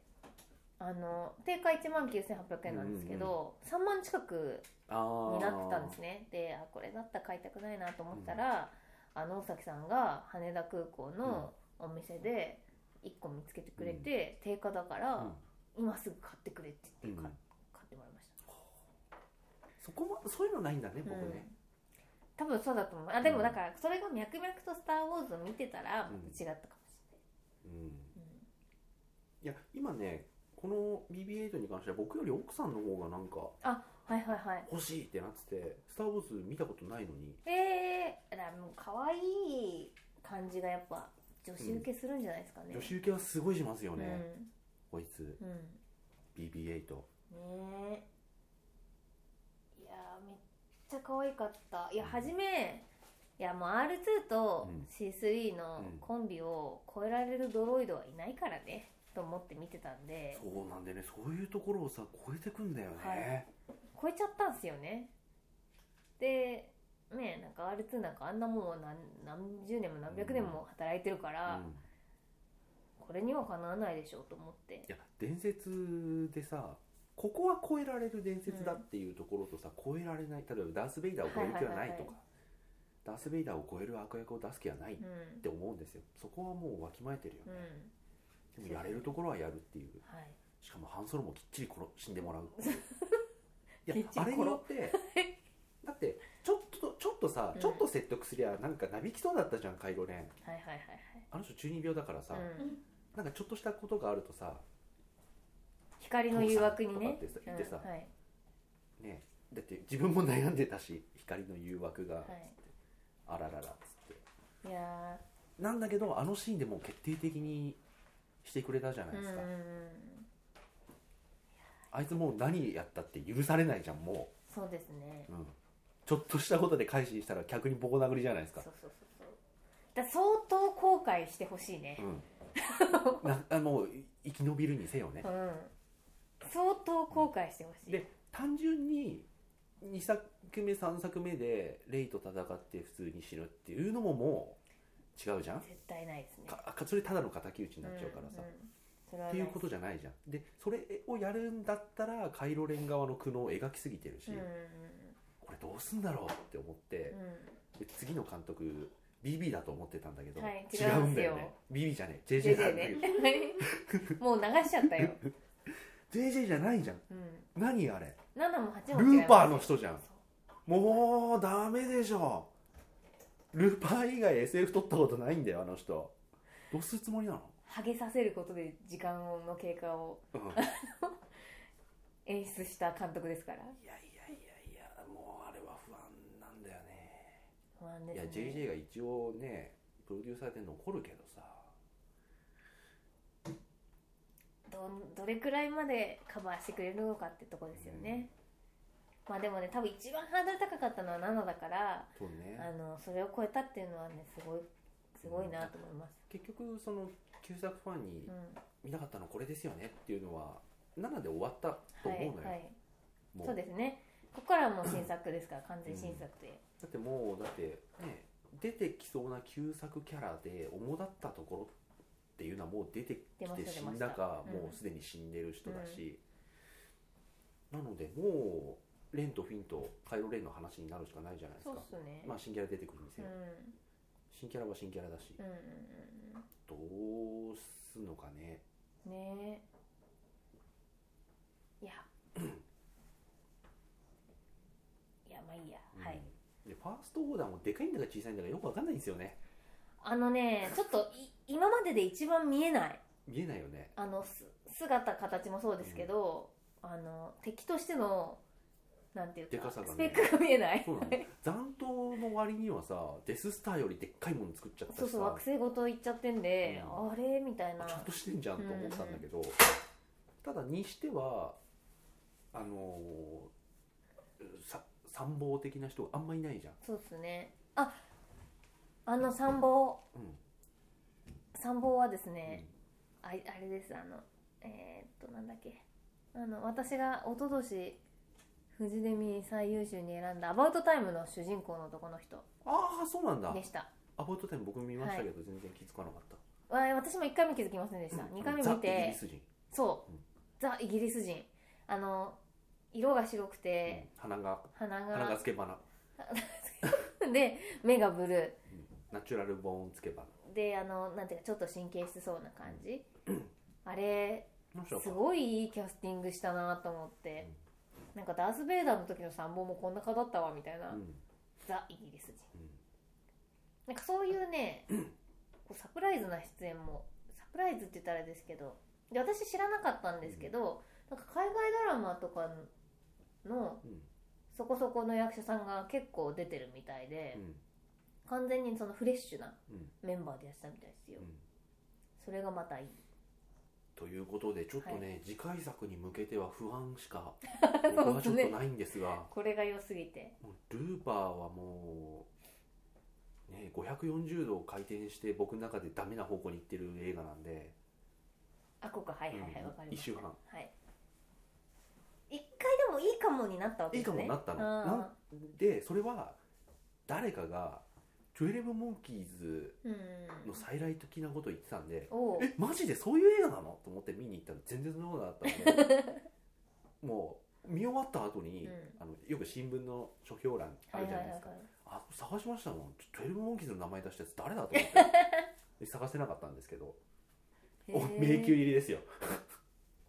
Speaker 2: あの定価1万9800円なんですけど、3万近く
Speaker 1: あ
Speaker 2: になってたんです
Speaker 1: ね
Speaker 2: ねであこれだったら買いたくないなと思ったら、あの大崎さんが羽田空港のお店で1個見つけてくれて、定価だから、今すぐ買ってくれって言って、か
Speaker 1: うん
Speaker 2: 買ってもらいました
Speaker 1: そこもそういうのないんだね僕ね、
Speaker 2: 多分そうだと思うあで
Speaker 1: う
Speaker 2: も
Speaker 1: ん
Speaker 2: だからそれが脈々と「スター・ウォーズ」を見てたらま
Speaker 1: うん
Speaker 2: た違ったかもしれない、
Speaker 1: うん
Speaker 2: うん
Speaker 1: いや今ねこの BB8 に関しては僕より奥さんの方がなんか
Speaker 2: はいはいはい
Speaker 1: 欲しいってなってて「スター・ウォーズ」見たことないのに
Speaker 2: えー、だからもう可愛い感じがやっぱ女子受けするんじゃないですかね、
Speaker 1: 女子受けはすごいしますよね、こいつ
Speaker 2: うん、うん
Speaker 1: BB8
Speaker 2: ねえいやーめっちゃ可愛かったいや初めいやもう R2 と
Speaker 1: うん
Speaker 2: C3 の
Speaker 1: うん
Speaker 2: コンビを超えられるドロイドはいないからねと思って見てたんで
Speaker 1: そうなんでねそういうところをさ超えてくんだよね、
Speaker 2: 超えちゃったんですよねでねえなんか R2 なんかあんなもう何何十年も何百年も働いてるから、
Speaker 1: うん、い
Speaker 2: これにはかなわないでしょうと思って
Speaker 1: や伝説でさここは超えられる伝説だっていうところとさ、超えられない例えばダース・ベイダーを超える気はないとか、
Speaker 2: はいはいはいはい
Speaker 1: ダース・ベイダーを超える悪役を出す気はないっ
Speaker 2: うん
Speaker 1: て思うんですよそこはもうわきまえてるよ
Speaker 2: うん
Speaker 1: ね、でもやれるところはやるっていう
Speaker 2: はい
Speaker 1: しかもハンソロもきっちり殺死んでもらうっていうい
Speaker 2: きっ
Speaker 1: や
Speaker 2: ちり
Speaker 1: あれによってだってちょっとちょっとさ、
Speaker 2: うん
Speaker 1: ちょっと説得すりゃなんかなびきそうだったじゃんカイロレン
Speaker 2: はいはい
Speaker 1: あの人中二病だからさ、
Speaker 2: はいはい、う
Speaker 1: な
Speaker 2: ん、
Speaker 1: んかちょっとしたことがあるとさ
Speaker 2: 光の誘惑にね
Speaker 1: 父さんとかってさ
Speaker 2: うんはい
Speaker 1: ねだって自分も悩んでたし光の誘惑が、
Speaker 2: はい
Speaker 1: あらららっつって
Speaker 2: いや
Speaker 1: なんだけどあのシーンでもう決定的にしてくれたじゃな
Speaker 2: ー
Speaker 1: いうです
Speaker 2: んうん
Speaker 1: か、
Speaker 2: うん
Speaker 1: あいつもう何やったって許されないじゃんも
Speaker 2: そうですね
Speaker 1: う、うんちょっとしたことで改心したら客にボコ殴りじゃないです
Speaker 2: そう
Speaker 1: か
Speaker 2: そうそうそうだ相当後悔してほしいね
Speaker 1: うん、な (laughs) あもうい生き延びるにせよね
Speaker 2: うん、相当後悔してほしい
Speaker 1: で単純に2作目3作目でレイと戦って普通に死ぬっていうのももう違うじゃん
Speaker 2: 絶対ないですね
Speaker 1: かかそれただの敵討ちになっちゃうからさ、
Speaker 2: んんそれ
Speaker 1: っ
Speaker 2: はな
Speaker 1: て
Speaker 2: い
Speaker 1: いうことじゃないじゃんでそれをやるんだったらカイロレン側の苦悩を描きすぎてるし、
Speaker 2: うんうん
Speaker 1: これどうすんだろうって思って
Speaker 2: う、ん
Speaker 1: で次の監督 BB だと思ってたんだけど、
Speaker 2: はい
Speaker 1: 違うんだよね BB じゃねえ JJ だ
Speaker 2: で
Speaker 1: って
Speaker 2: ね
Speaker 1: いう
Speaker 2: (laughs) もう流しちゃったよ、
Speaker 1: JJ じゃないじゃん
Speaker 2: うん、
Speaker 1: 何あれ
Speaker 2: 7も8も
Speaker 1: ル
Speaker 2: 違います
Speaker 1: ーパーの人じゃん
Speaker 2: そう
Speaker 1: もうダメでしょルーパー以外 SF 撮ったことないんだよあの人どうするつもりなの、
Speaker 2: ハゲさせることで時間の経過を (laughs)
Speaker 1: うん、いや
Speaker 2: 演出した監督ですから
Speaker 1: いやいやいやもうあれは不安なんだよね
Speaker 2: 不安で
Speaker 1: い
Speaker 2: す
Speaker 1: や
Speaker 2: ね
Speaker 1: JJ が一応ねプロデューサーで残るけどさ
Speaker 2: どんどれくらいまでカバーしてくれるのかってとこですよね、まあでもね多分一番ハードル高かったのは7だから
Speaker 1: そうね
Speaker 2: あのそれを超えたっていうのはねすごいすごいなと思います、
Speaker 1: 結局その旧作ファンに
Speaker 2: うん
Speaker 1: 見たかったのこれですよねっていうのは7で終わったと
Speaker 2: は
Speaker 1: 思うの
Speaker 2: い
Speaker 1: よ、
Speaker 2: はい
Speaker 1: もう
Speaker 2: そうですねここからはもう新作ですから完全新作で、
Speaker 1: だってもうだってね出てきそうな旧作キャラで主だったところっていうのはもう出てき
Speaker 2: 出ましてた
Speaker 1: 死
Speaker 2: 出ま
Speaker 1: ん
Speaker 2: し
Speaker 1: だ
Speaker 2: た
Speaker 1: か、
Speaker 2: うん
Speaker 1: もうすでに死んでる人だし、なのでもうレンとフィンとカイロレンの話になるしかないじゃないです
Speaker 2: そう
Speaker 1: か
Speaker 2: っすね、
Speaker 1: まあ新キャラ出てくるんです
Speaker 2: うん
Speaker 1: よ、新キャラは新キャラだし、
Speaker 2: うんうん
Speaker 1: どうすんのかね
Speaker 2: うんうんねえいやいやまあいいや、はい
Speaker 1: うんでファーストオーダーもでかいんだか小さいんだかよくわかんないんですよね
Speaker 2: あのね、ちょっとい今までで一番見えない。
Speaker 1: 見えないよね
Speaker 2: あのす姿形もそうですけど、あの敵としてのなんていうか
Speaker 1: でかさがね
Speaker 2: スペックが見えない
Speaker 1: そうなの残党の割にはさデススターよりでっかいもの作っちゃったしさ
Speaker 2: (laughs) そうそう惑星ごと行っちゃってんで、
Speaker 1: うん
Speaker 2: あれみたいな
Speaker 1: ちゃんとしてんじゃんと思ったんだけど、ただにしてはあのーさ参謀的な人があんまいないじゃん、
Speaker 2: そうですねああの参謀
Speaker 1: うん
Speaker 2: 参謀はです
Speaker 1: うん
Speaker 2: ね、あいあれですあのえーっとなんだっけあの私が一昨年フジデミ最優秀に選んだ「アバウトタイム」の主人公の男の人
Speaker 1: ああそうなんだ
Speaker 2: でした
Speaker 1: アボート店僕見ましたけど全然気づかなかった、
Speaker 2: わ私も1回目気づきませんでした、
Speaker 1: うん
Speaker 2: 2回目
Speaker 1: ザ
Speaker 2: 見
Speaker 1: イギリ
Speaker 2: て
Speaker 1: ス人、
Speaker 2: そう、
Speaker 1: うん
Speaker 2: ザ・イギリス人あの色が白くて、
Speaker 1: うん鼻が
Speaker 2: 鼻
Speaker 1: 鼻が
Speaker 2: が
Speaker 1: つけ鼻、
Speaker 2: (laughs) で目がブルー
Speaker 1: うんナチュラルボーンつけ鼻
Speaker 2: であのなんていうかちょっと神経質そうな感じ、あれ
Speaker 1: の人
Speaker 2: す
Speaker 1: が
Speaker 2: ごいいいキャスティングしたなと思って、なんかダース・ベイダーの時の参謀もこんな顔だったわみたいな、
Speaker 1: うん
Speaker 2: ザ・イギリス人
Speaker 1: うん
Speaker 2: なんかそういうね、こうサプライズな出演もサプライズって言ったらあれですけどで私知らなかったんですけど、なんか海外ドラマとかの
Speaker 1: うん
Speaker 2: そこそこの役者さんが結構出てるみたいで、
Speaker 1: うん
Speaker 2: 完全にそのフレッシュな
Speaker 1: うん
Speaker 2: メンバーでやってたみたいですよ、
Speaker 1: うん
Speaker 2: それがまたいい
Speaker 1: ということでちょっとね、
Speaker 2: は
Speaker 1: 次回作に向けては不安し
Speaker 2: (laughs)
Speaker 1: か
Speaker 2: すね
Speaker 1: 僕はちょっとないんですが
Speaker 2: これが良すぎて
Speaker 1: もうルーパーはもう、ね、540度回転して僕の中でダメな方向に行ってる映画なんで
Speaker 2: あこうかはいはいはい
Speaker 1: うん
Speaker 2: わ、かりまし
Speaker 1: 一
Speaker 2: た
Speaker 1: 周半
Speaker 2: はい一回でもいいかもになったわけ
Speaker 1: いい
Speaker 2: です
Speaker 1: か
Speaker 2: ね
Speaker 1: もなったの、
Speaker 2: あ
Speaker 1: なんでそれは誰かが「12モンキーズ
Speaker 2: ーうん」
Speaker 1: の再来的なことを言ってたんで
Speaker 2: おう (laughs)
Speaker 1: えマジでそういう映画なのと思って見に行ったら全然そんなことなかったの
Speaker 2: (laughs)
Speaker 1: でもう見終わった後に、
Speaker 2: うん
Speaker 1: あのよく新聞の書評欄あ
Speaker 2: はい
Speaker 1: る
Speaker 2: はい
Speaker 1: じゃないで
Speaker 2: はいは
Speaker 1: す
Speaker 2: い
Speaker 1: か、あ探しましたもん12モンキーズの名前出したやつ誰
Speaker 2: (laughs)
Speaker 1: だと思って探せなかったんですけど
Speaker 2: へ
Speaker 1: お
Speaker 2: ー
Speaker 1: 迷宮入りですよ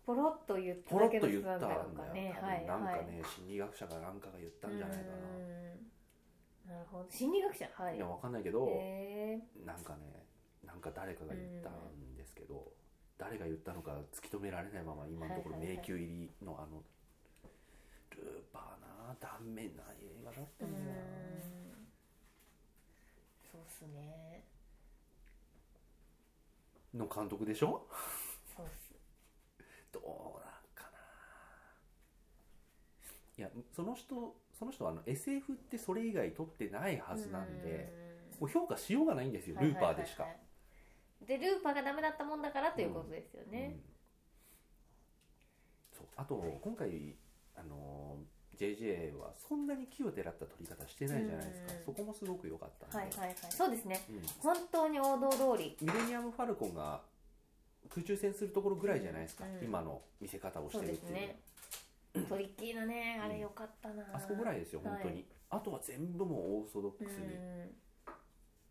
Speaker 2: ポロッと言った
Speaker 1: ポロ
Speaker 2: だ
Speaker 1: ッ
Speaker 2: け
Speaker 1: と
Speaker 2: の
Speaker 1: 言っ
Speaker 2: 不
Speaker 1: たん
Speaker 2: 安
Speaker 1: だ
Speaker 2: だ
Speaker 1: よ
Speaker 2: ろうかねは
Speaker 1: 多分
Speaker 2: い
Speaker 1: なんか
Speaker 2: はい
Speaker 1: ね心理学者かなんかが言ったんじゃないか
Speaker 2: う
Speaker 1: な
Speaker 2: ーんなるほど心理学者はいい
Speaker 1: やわかんないけど
Speaker 2: へ
Speaker 1: なんかねなんか誰かが言ったんですけど誰が言ったのか突き止められないまま今のところ
Speaker 2: はいは
Speaker 1: 迷
Speaker 2: いはい
Speaker 1: 宮入りのあのルーパーな断面な映画だっ
Speaker 2: ー
Speaker 1: た
Speaker 2: うん
Speaker 1: だよなん
Speaker 2: そうっすね
Speaker 1: の監督でしょ
Speaker 2: そうっす
Speaker 1: どうなんかないやその人その人はあの SF ってそれ以外撮ってないはずなんで
Speaker 2: うーん
Speaker 1: もう評価しようがないんですよルーパーでしか
Speaker 2: はいはいはいはいでルーパーがダメだったもんだからということですよ
Speaker 1: う
Speaker 2: ね
Speaker 1: ん、そうあと今回あのー JJ はそんなに奇をてらった撮り方してないじゃないですか
Speaker 2: うん
Speaker 1: そこもすごく良かったんで、
Speaker 2: はいはいはいそうですね
Speaker 1: うん
Speaker 2: 本当に王道通り
Speaker 1: ミレニアム・ファルコンが空中戦するところぐらいじゃないですか、
Speaker 2: うん
Speaker 1: 今の見せ方をし
Speaker 2: そう
Speaker 1: てる
Speaker 2: で
Speaker 1: っ
Speaker 2: す
Speaker 1: ていう
Speaker 2: ねトリッキーなねあれよかったな、
Speaker 1: あそこぐらいですよ
Speaker 2: はい
Speaker 1: 本当に、あとは全部もうオーソドッ
Speaker 2: うん
Speaker 1: クスに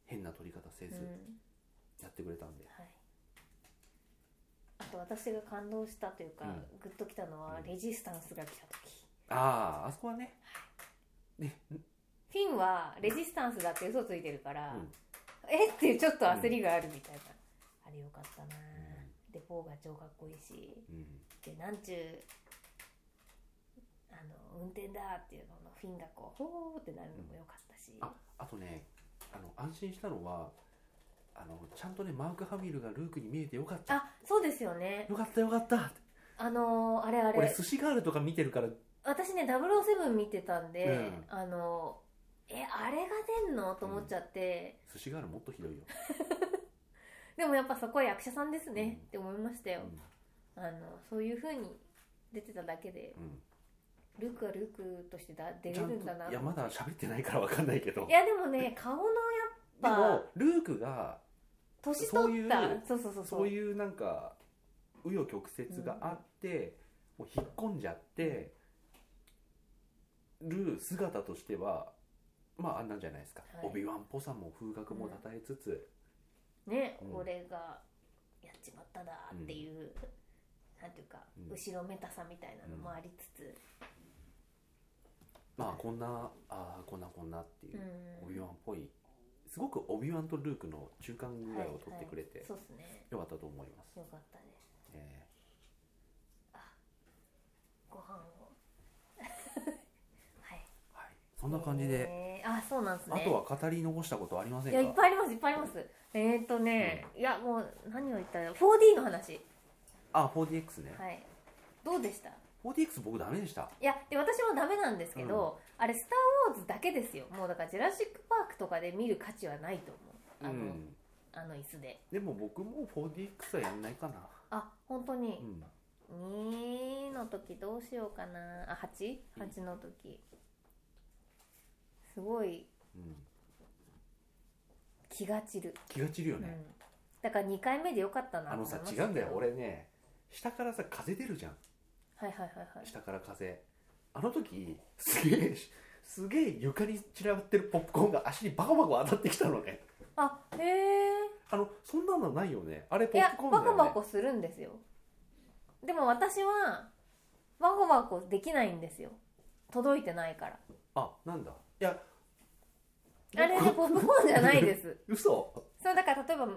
Speaker 1: 変な撮り方せず
Speaker 2: うん
Speaker 1: やってくれたんで、
Speaker 2: はい、あと私が感動したというか、
Speaker 1: うん
Speaker 2: グッときたのは
Speaker 1: うん
Speaker 2: レジスタンスが来た時
Speaker 1: あああそこはね
Speaker 2: フィンはレジスタンスだって嘘ついてるから、
Speaker 1: うん
Speaker 2: えっていうちょっと焦りがあるみたいな、あれよかったな、
Speaker 1: ん
Speaker 2: でポーが超かっこいいし
Speaker 1: うん
Speaker 2: でなんちゅうあの運転だっていうののフィンがこうほーってなるのもよかったし、
Speaker 1: ああとねあの安心したのはあのちゃんとねマーク・ハミルがルークに見えてよかった
Speaker 2: あそうですよね
Speaker 1: よかったよかったって
Speaker 2: あのーあれあれ
Speaker 1: 俺寿司ガールとか見てるから
Speaker 2: 私ね007見てたんで、
Speaker 1: うん
Speaker 2: あのえあれが出んのと思っちゃって、
Speaker 1: 寿司ガールもっとひどい
Speaker 2: (laughs)
Speaker 1: よ、
Speaker 2: でもやっぱそこは役者さんですね、
Speaker 1: うん
Speaker 2: って思いました
Speaker 1: う
Speaker 2: よ、
Speaker 1: ん
Speaker 2: あのそういう風に出てただけでルークはルークとしてだ
Speaker 1: う
Speaker 2: 出
Speaker 1: ん、
Speaker 2: れ
Speaker 1: ちゃ
Speaker 2: る
Speaker 1: ん
Speaker 2: んだな
Speaker 1: と
Speaker 2: い
Speaker 1: いや
Speaker 2: や
Speaker 1: まだ喋ってないからわかんないけど
Speaker 2: でもね顔のやっ
Speaker 1: で
Speaker 2: ぱ
Speaker 1: もルークが
Speaker 2: 年取ったそうそうそうそう
Speaker 1: そういうなんか紆余曲折があって、もう引っ込んじゃってる姿としてはまああんなんじゃないですか、
Speaker 2: はい
Speaker 1: オビワンっぽさも風格もたたえつつ、
Speaker 2: ね、
Speaker 1: うん
Speaker 2: 俺がやっちまっただっていう、なんていうか、
Speaker 1: うん
Speaker 2: 後ろめたさみたいなのもありつつ、
Speaker 1: まあこんなああこんなこんなっていうう、
Speaker 2: ん
Speaker 1: オビワンっぽいすごくオビワンとルークの中間ぐらいを取ってくれて
Speaker 2: そうですね
Speaker 1: よかったと思います、
Speaker 2: よかったです
Speaker 1: え
Speaker 2: ご飯
Speaker 1: (laughs)
Speaker 2: をはい
Speaker 1: ーはい、そんな感じで、
Speaker 2: えーあそうなんですね
Speaker 1: あとは語り残したことありません
Speaker 2: い
Speaker 1: か
Speaker 2: やいっぱいありますいっぱいありますえーっとね、いやもう何を言ったらいいの 4D の話
Speaker 1: あ 4DX ね、
Speaker 2: はいどうでした
Speaker 1: 4DX 僕ダメでした
Speaker 2: いやで私もダメなんですけど、あれ「スター・ウォーズ」だけですよもうだから「ジュラシック・パーク」とかで見る価値はないと思うあ
Speaker 1: う
Speaker 2: の,、
Speaker 1: ん
Speaker 2: あの椅子で
Speaker 1: でも僕も 4DX はやんないかな
Speaker 2: あ本当
Speaker 1: う
Speaker 2: に、
Speaker 1: ん
Speaker 2: 2の時どうしようかなあ 8?8 の時すごい
Speaker 1: うん
Speaker 2: 気が散る、
Speaker 1: 気が散るよ
Speaker 2: う
Speaker 1: ね、
Speaker 2: ん、だから2回目でよかったな
Speaker 1: あ
Speaker 2: と
Speaker 1: の
Speaker 2: 思い
Speaker 1: さ
Speaker 2: ました
Speaker 1: 違
Speaker 2: けど
Speaker 1: うんだよ俺ね下からさ風出るじゃん
Speaker 2: はいはいはいはい
Speaker 1: 下から風あの時すげえすげえ床に散らばってるポップコーンが足にバコバコ当たってきたのね
Speaker 2: あへえ
Speaker 1: あのそんなのないよねあれ
Speaker 2: い
Speaker 1: ポッ
Speaker 2: や
Speaker 1: プコーンだ
Speaker 2: バ
Speaker 1: よね
Speaker 2: コバコするんですよでも私はバコバコできないんですよ届いてないから
Speaker 1: あなんだいや
Speaker 2: あれでポップコーンじゃないです
Speaker 1: (laughs) 嘘
Speaker 2: そうだから例えば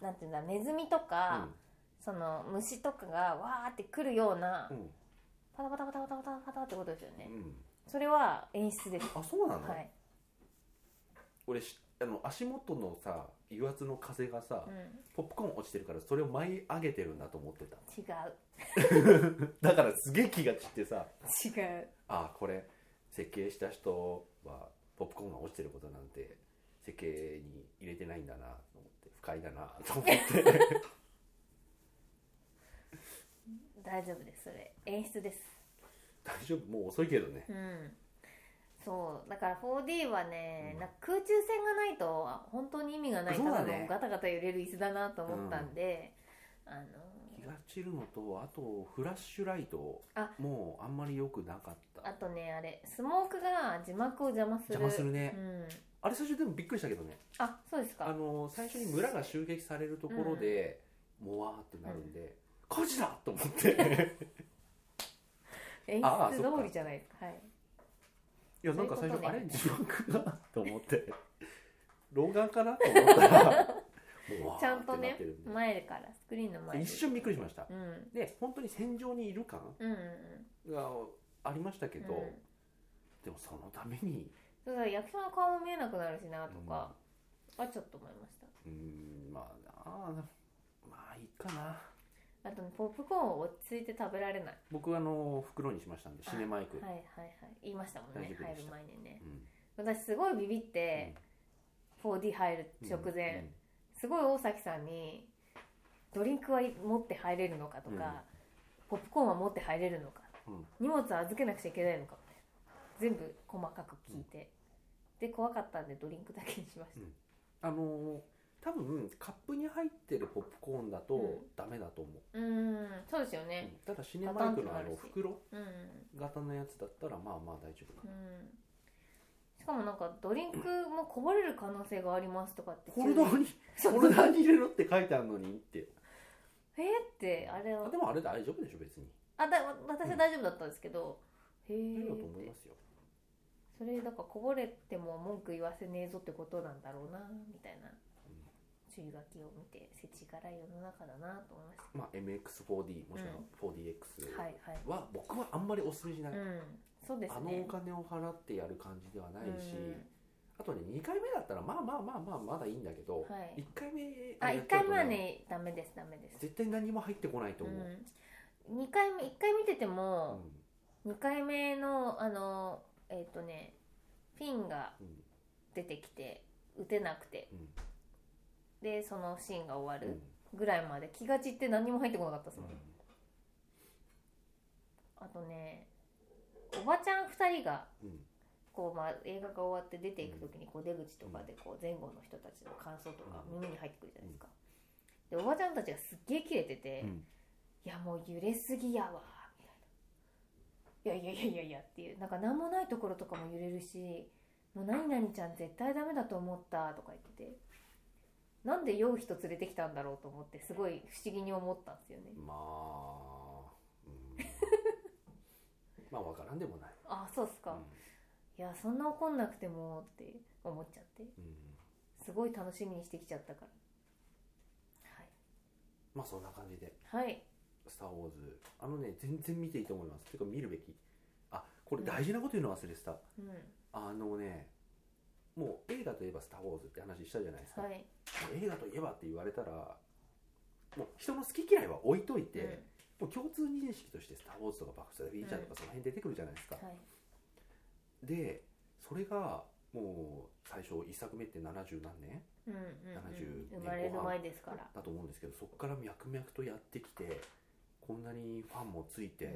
Speaker 2: なんていうんだネズミと
Speaker 1: う
Speaker 2: か、
Speaker 1: ん
Speaker 2: その虫とかがわーって来るような、
Speaker 1: うん
Speaker 2: パタパタパタパタパタパタってことですよね、
Speaker 1: うん
Speaker 2: それは演出です
Speaker 1: あそうなの、
Speaker 2: はい、
Speaker 1: 俺しあの足元のさ油圧の風がさ、
Speaker 2: うん、
Speaker 1: ポップコーン落ちてるからそれを舞い上げてるんだと思ってた
Speaker 2: 違う
Speaker 1: だからすげえ気が散ってさ
Speaker 2: 違う
Speaker 1: あこれ設計した人はポップコーンが落ちてることなんて設計に入れてないんだなと思って不快だなと思って
Speaker 2: (laughs) 大丈夫ですそれ演出です
Speaker 1: 大丈夫もう遅いけどね
Speaker 2: うんそうだから 4D はね、
Speaker 1: うん
Speaker 2: なんか空中戦がないと本当に意味がない
Speaker 1: そ
Speaker 2: た
Speaker 1: うだ
Speaker 2: だ
Speaker 1: ね
Speaker 2: のガタガタ揺れる椅子だなと思ったんで、あの
Speaker 1: 気が散るのとあとフラッシュライト
Speaker 2: あ
Speaker 1: もうあんまり良くなかった
Speaker 2: あとねあれスモークが字幕を邪魔する
Speaker 1: 邪魔するね、
Speaker 2: うん、
Speaker 1: あれ最初でもびっくりしたけどね
Speaker 2: あそうです
Speaker 1: あ
Speaker 2: か
Speaker 1: の最初に村が襲撃されるところで、もわーってなるんで、火事だと思って
Speaker 2: (laughs) 演
Speaker 1: ああ
Speaker 2: 出
Speaker 1: そっか
Speaker 2: 通りじゃないですかはい
Speaker 1: いやなんか
Speaker 2: そ
Speaker 1: 最
Speaker 2: ういうこと
Speaker 1: 初
Speaker 2: ね
Speaker 1: あれ字幕がと思って
Speaker 2: (laughs)
Speaker 1: 老眼かなと思ったらもわ
Speaker 2: ちゃ
Speaker 1: ー
Speaker 2: ん
Speaker 1: っ
Speaker 2: と
Speaker 1: てな
Speaker 2: ね
Speaker 1: ってるんで
Speaker 2: 前からスクリーンの前で
Speaker 1: 一瞬びっくりしました
Speaker 2: うんうん
Speaker 1: で本当に戦場にいる感
Speaker 2: うんうん
Speaker 1: がありましたけど、
Speaker 2: うん
Speaker 1: でもそのために
Speaker 2: だから役者の顔も見えなくなるしなとか、はちょっと思いました
Speaker 1: うーんまあなまあいいかな
Speaker 2: あとねポップコーンを落ち着いて食べられない
Speaker 1: 僕あの袋にしましたんでシネマイク、
Speaker 2: はいはいはい言いましたもん
Speaker 1: 大
Speaker 2: ね
Speaker 1: 丈夫
Speaker 2: 入
Speaker 1: で
Speaker 2: る
Speaker 1: した
Speaker 2: 前にね
Speaker 1: うん
Speaker 2: 私すごいビビって、4D 入る直前、
Speaker 1: うん
Speaker 2: すごい大崎さんに「ドリンクは持って入れるのか?」とか、ポップコーンは持って入れるのか?」
Speaker 1: うん
Speaker 2: 荷物は預けなくちゃいけないのか?」全部細かく聞いて、で怖かったんでドリンクだけにしました、
Speaker 1: うんあのー多分カップに入ってるポップコーンだと
Speaker 2: う
Speaker 1: ダメだと思う、
Speaker 2: うーんそうですよ
Speaker 1: うん
Speaker 2: ね
Speaker 1: ただシネマイクのあの
Speaker 2: ガタンってなるし
Speaker 1: 袋
Speaker 2: うん、
Speaker 1: 型のやつだったらまあまあ大丈夫か
Speaker 2: う
Speaker 1: な、
Speaker 2: ん、しかもなんかドリンクもこぼれる可能性がありますとかって
Speaker 1: ホルダー
Speaker 2: (laughs)
Speaker 1: にホルダーに入れろって書いてあるのにって
Speaker 2: えーってあれは
Speaker 1: あでもあれ大丈夫でしょ別に
Speaker 2: あだ私は大丈夫だったんですけど、
Speaker 1: いい
Speaker 2: へ
Speaker 1: だと思い
Speaker 2: え
Speaker 1: ますよ
Speaker 2: それだからこぼれても文句言わせねえぞってことなんだろうなみたいな注意書きを見て世知辛い世の中だなと思いまし
Speaker 1: まあ MX4D もしくは 4DX
Speaker 2: たはいはい
Speaker 1: は僕はあんまりおすすめしない、
Speaker 2: うんそうですね
Speaker 1: あのお金を払ってやる感じではないし、
Speaker 2: う
Speaker 1: あとね2回目だったらまあまあまあまあまだいいんだけど、
Speaker 2: んはい
Speaker 1: 一1回目
Speaker 2: あ
Speaker 1: や
Speaker 2: 1
Speaker 1: っちゃう
Speaker 2: 回
Speaker 1: と
Speaker 2: 目はねダメですダメです
Speaker 1: 絶対何も入ってこないと
Speaker 2: う
Speaker 1: 思う、
Speaker 2: ん二回目1回見てて
Speaker 1: うん
Speaker 2: も、二回目のあのえっ、とねフィンが
Speaker 1: うん
Speaker 2: 出てきて打てなくて
Speaker 1: うん
Speaker 2: でそのシーンが終わ
Speaker 1: う
Speaker 2: る
Speaker 1: ん
Speaker 2: ぐらいまで気が散って何も入ってこなかったですもん、あとねおばちゃん2人が
Speaker 1: うん
Speaker 2: こう、まあ、映画が終わって出ていく時にこう出口とかでこう前後の人たちの感想とか
Speaker 1: うん
Speaker 2: 耳に入ってくるじゃないですか、でおばちゃんたちがすっげえキレてて、
Speaker 1: うん
Speaker 2: いやもう揺れすぎやわみたいないやいやいやいやいやっていうなんか何もないところとかも揺れるしもう何々ちゃん絶対ダメだと思ったとか言っててなんで酔う人連れてきたんだろうと思ってすごい不思議に思ったんですよね
Speaker 1: まあ、うんまあわからんでもない、
Speaker 2: あそうっすか、
Speaker 1: うん
Speaker 2: いやそんな怒んなくてもって思っちゃって
Speaker 1: うん
Speaker 2: すごい楽しみにしてきちゃったから
Speaker 1: まあそんな感じで
Speaker 2: はい、はい、
Speaker 1: 「スター・ウォーズ」あのね全然見ていいと思いますていうか見るべきあこれ大事なこと言うの忘れてた、
Speaker 2: うん
Speaker 1: あのねもう映画といえば「スター・ウォーズ」って話したじゃないですか、
Speaker 2: はい
Speaker 1: もう映画といえばって言われたらもう人の好き嫌いは置いといて、もう共通認識として「スター・ウォーズ」とか「バック・スター・フィーチャー」とかその辺出てくるじゃないですか、
Speaker 2: うんはい
Speaker 1: でそれがもう最初1作目って70何年
Speaker 2: うんうん
Speaker 1: 70
Speaker 2: うん、生まれる前ですから、
Speaker 1: だと思うんですけどそこから脈々とやってきてこんなにファンもついて、
Speaker 2: うん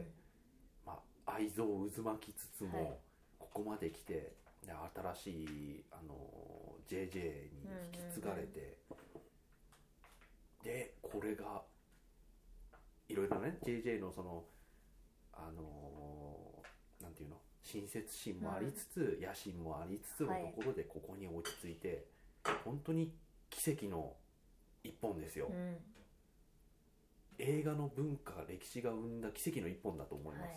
Speaker 1: まあ、愛憎渦巻きつつも、
Speaker 2: はい
Speaker 1: ここまで来てで新しいあの JJ に引き継がれて、でこれがいろいろね JJ のそのあのなんていうの親切心もありつつ、野心もありつつのところでここに落ち着いて、本当に奇跡の一本ですよ、
Speaker 2: うん
Speaker 1: 映画の文化歴史が生んだ奇跡の一本だと思います、
Speaker 2: は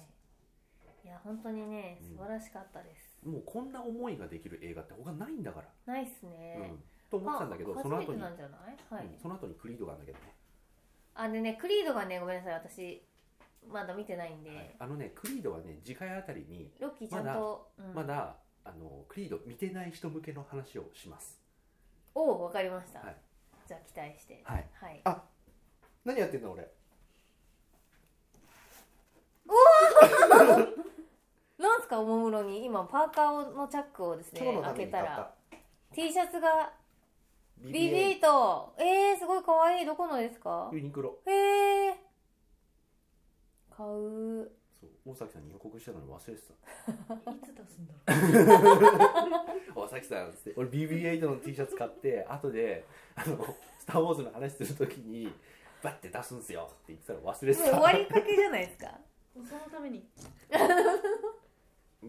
Speaker 2: い、いや本当にね
Speaker 1: うん
Speaker 2: 素晴らしかったです、
Speaker 1: もうこんな思いができる映画って他ないんだから、
Speaker 2: ないっす
Speaker 1: う
Speaker 2: ね、
Speaker 1: ん、と思ってたんだけど
Speaker 2: あ
Speaker 1: その後
Speaker 2: 初めて
Speaker 1: に、
Speaker 2: なんじゃないは
Speaker 1: う
Speaker 2: い、
Speaker 1: んその後にクリードがあるんだけどね、
Speaker 2: あでねクリードがねごめんなさい私まだ見てないんで、
Speaker 1: はいあのねクリードはね次回あたりに
Speaker 2: ロッキーちゃんと、うん
Speaker 1: まだ、あのクリード見てない人向けの話をします
Speaker 2: おお分かりました、
Speaker 1: はい
Speaker 2: じゃあ期待して
Speaker 1: はい
Speaker 2: はい
Speaker 1: あ何やってんだ俺
Speaker 2: なんすかおもむろに今パーカーのチャックをですね
Speaker 1: 今日のた
Speaker 2: 開
Speaker 1: め
Speaker 2: け
Speaker 1: に
Speaker 2: た
Speaker 1: 買っ
Speaker 2: ら
Speaker 1: た
Speaker 2: T シャツが BB とえー、すごい可愛いどこのですか
Speaker 1: ユニクロ
Speaker 2: へえ買う
Speaker 1: そう大崎さんに予告したのに忘れて
Speaker 3: つ出すんだろう
Speaker 1: た大崎さんっつって俺 BB8 の T シャツ買っ
Speaker 2: (laughs)
Speaker 1: て後であの「スター・ウォーズ」の話する時にバッて出すんすよって言ってたら忘れて
Speaker 2: もう終
Speaker 1: た
Speaker 2: わりかけじゃな
Speaker 1: (laughs)
Speaker 2: いですか
Speaker 3: そのために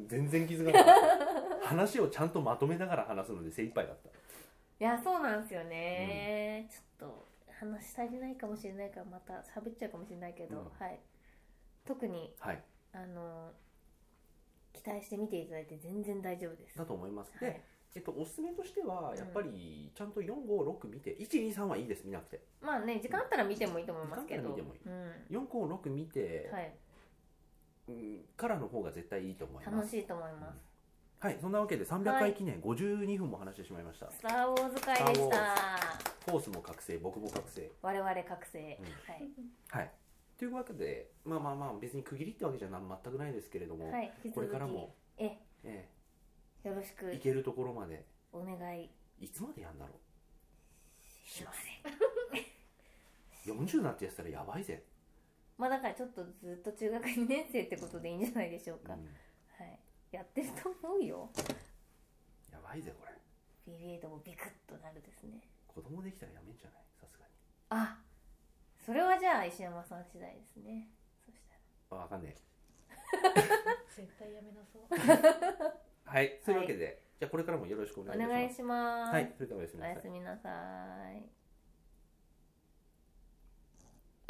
Speaker 1: 全然気づかなかった話をちゃんとまとめながら話すので精一杯だった
Speaker 2: いやそうなんですよね、ちょっと話し足りないかもしれないからまた喋っちゃうかもしれないけど、
Speaker 1: うん
Speaker 2: はい特に
Speaker 1: はい
Speaker 2: あの期待して見ていただいて全然大丈夫です
Speaker 1: だと思います、
Speaker 2: は
Speaker 1: で
Speaker 2: い、
Speaker 1: えっと、おすすめとしてはやっぱりちゃんと456見て123はいいです見なくて
Speaker 2: まあね時間あったら見てもいいと思いますけど
Speaker 1: 時間あった
Speaker 2: うん
Speaker 1: 456見て、
Speaker 2: はい、
Speaker 1: うんからの方が絶対いいと思いま
Speaker 2: 楽
Speaker 1: す
Speaker 2: しいと思います、
Speaker 1: はいそんなわけで300回記念52分も話してしまいました、
Speaker 2: スター・ウォーズ会
Speaker 1: スターウ
Speaker 2: でし
Speaker 1: ォ
Speaker 2: た
Speaker 1: コースも覚醒僕も覚醒
Speaker 2: 我々覚醒、
Speaker 1: うんはいというわけでまあまあまあ別に区切りってわけじゃな全くないですけれども、
Speaker 2: はい、はい、引き
Speaker 1: これ
Speaker 2: 続き
Speaker 1: からも、
Speaker 2: え
Speaker 1: え
Speaker 2: よろし
Speaker 1: え、
Speaker 2: く
Speaker 1: 行けるところまで
Speaker 2: お願い
Speaker 1: いつまでやんだろう
Speaker 2: します
Speaker 1: 40になってやってたらやばいぜ、
Speaker 2: まあだからちょっとずっと中学2年生ってことでいいんじゃないでしょう
Speaker 1: う
Speaker 2: か、
Speaker 1: ん
Speaker 2: はい、やってると思うよ
Speaker 1: やばいぜこれ
Speaker 2: BB8 もビクッとなるですね
Speaker 1: 子供できたらやめんじゃないさすがに
Speaker 2: あそれはじゃあ石山さん次第ですねそしたら
Speaker 1: あわかんねえ
Speaker 3: 絶対やめなそう
Speaker 1: はいそういうわけで、じゃあこれからもよろしくお願いいた
Speaker 2: お願いします、
Speaker 1: はいそれではおやすみなさ
Speaker 2: お
Speaker 1: い
Speaker 2: やすみなさい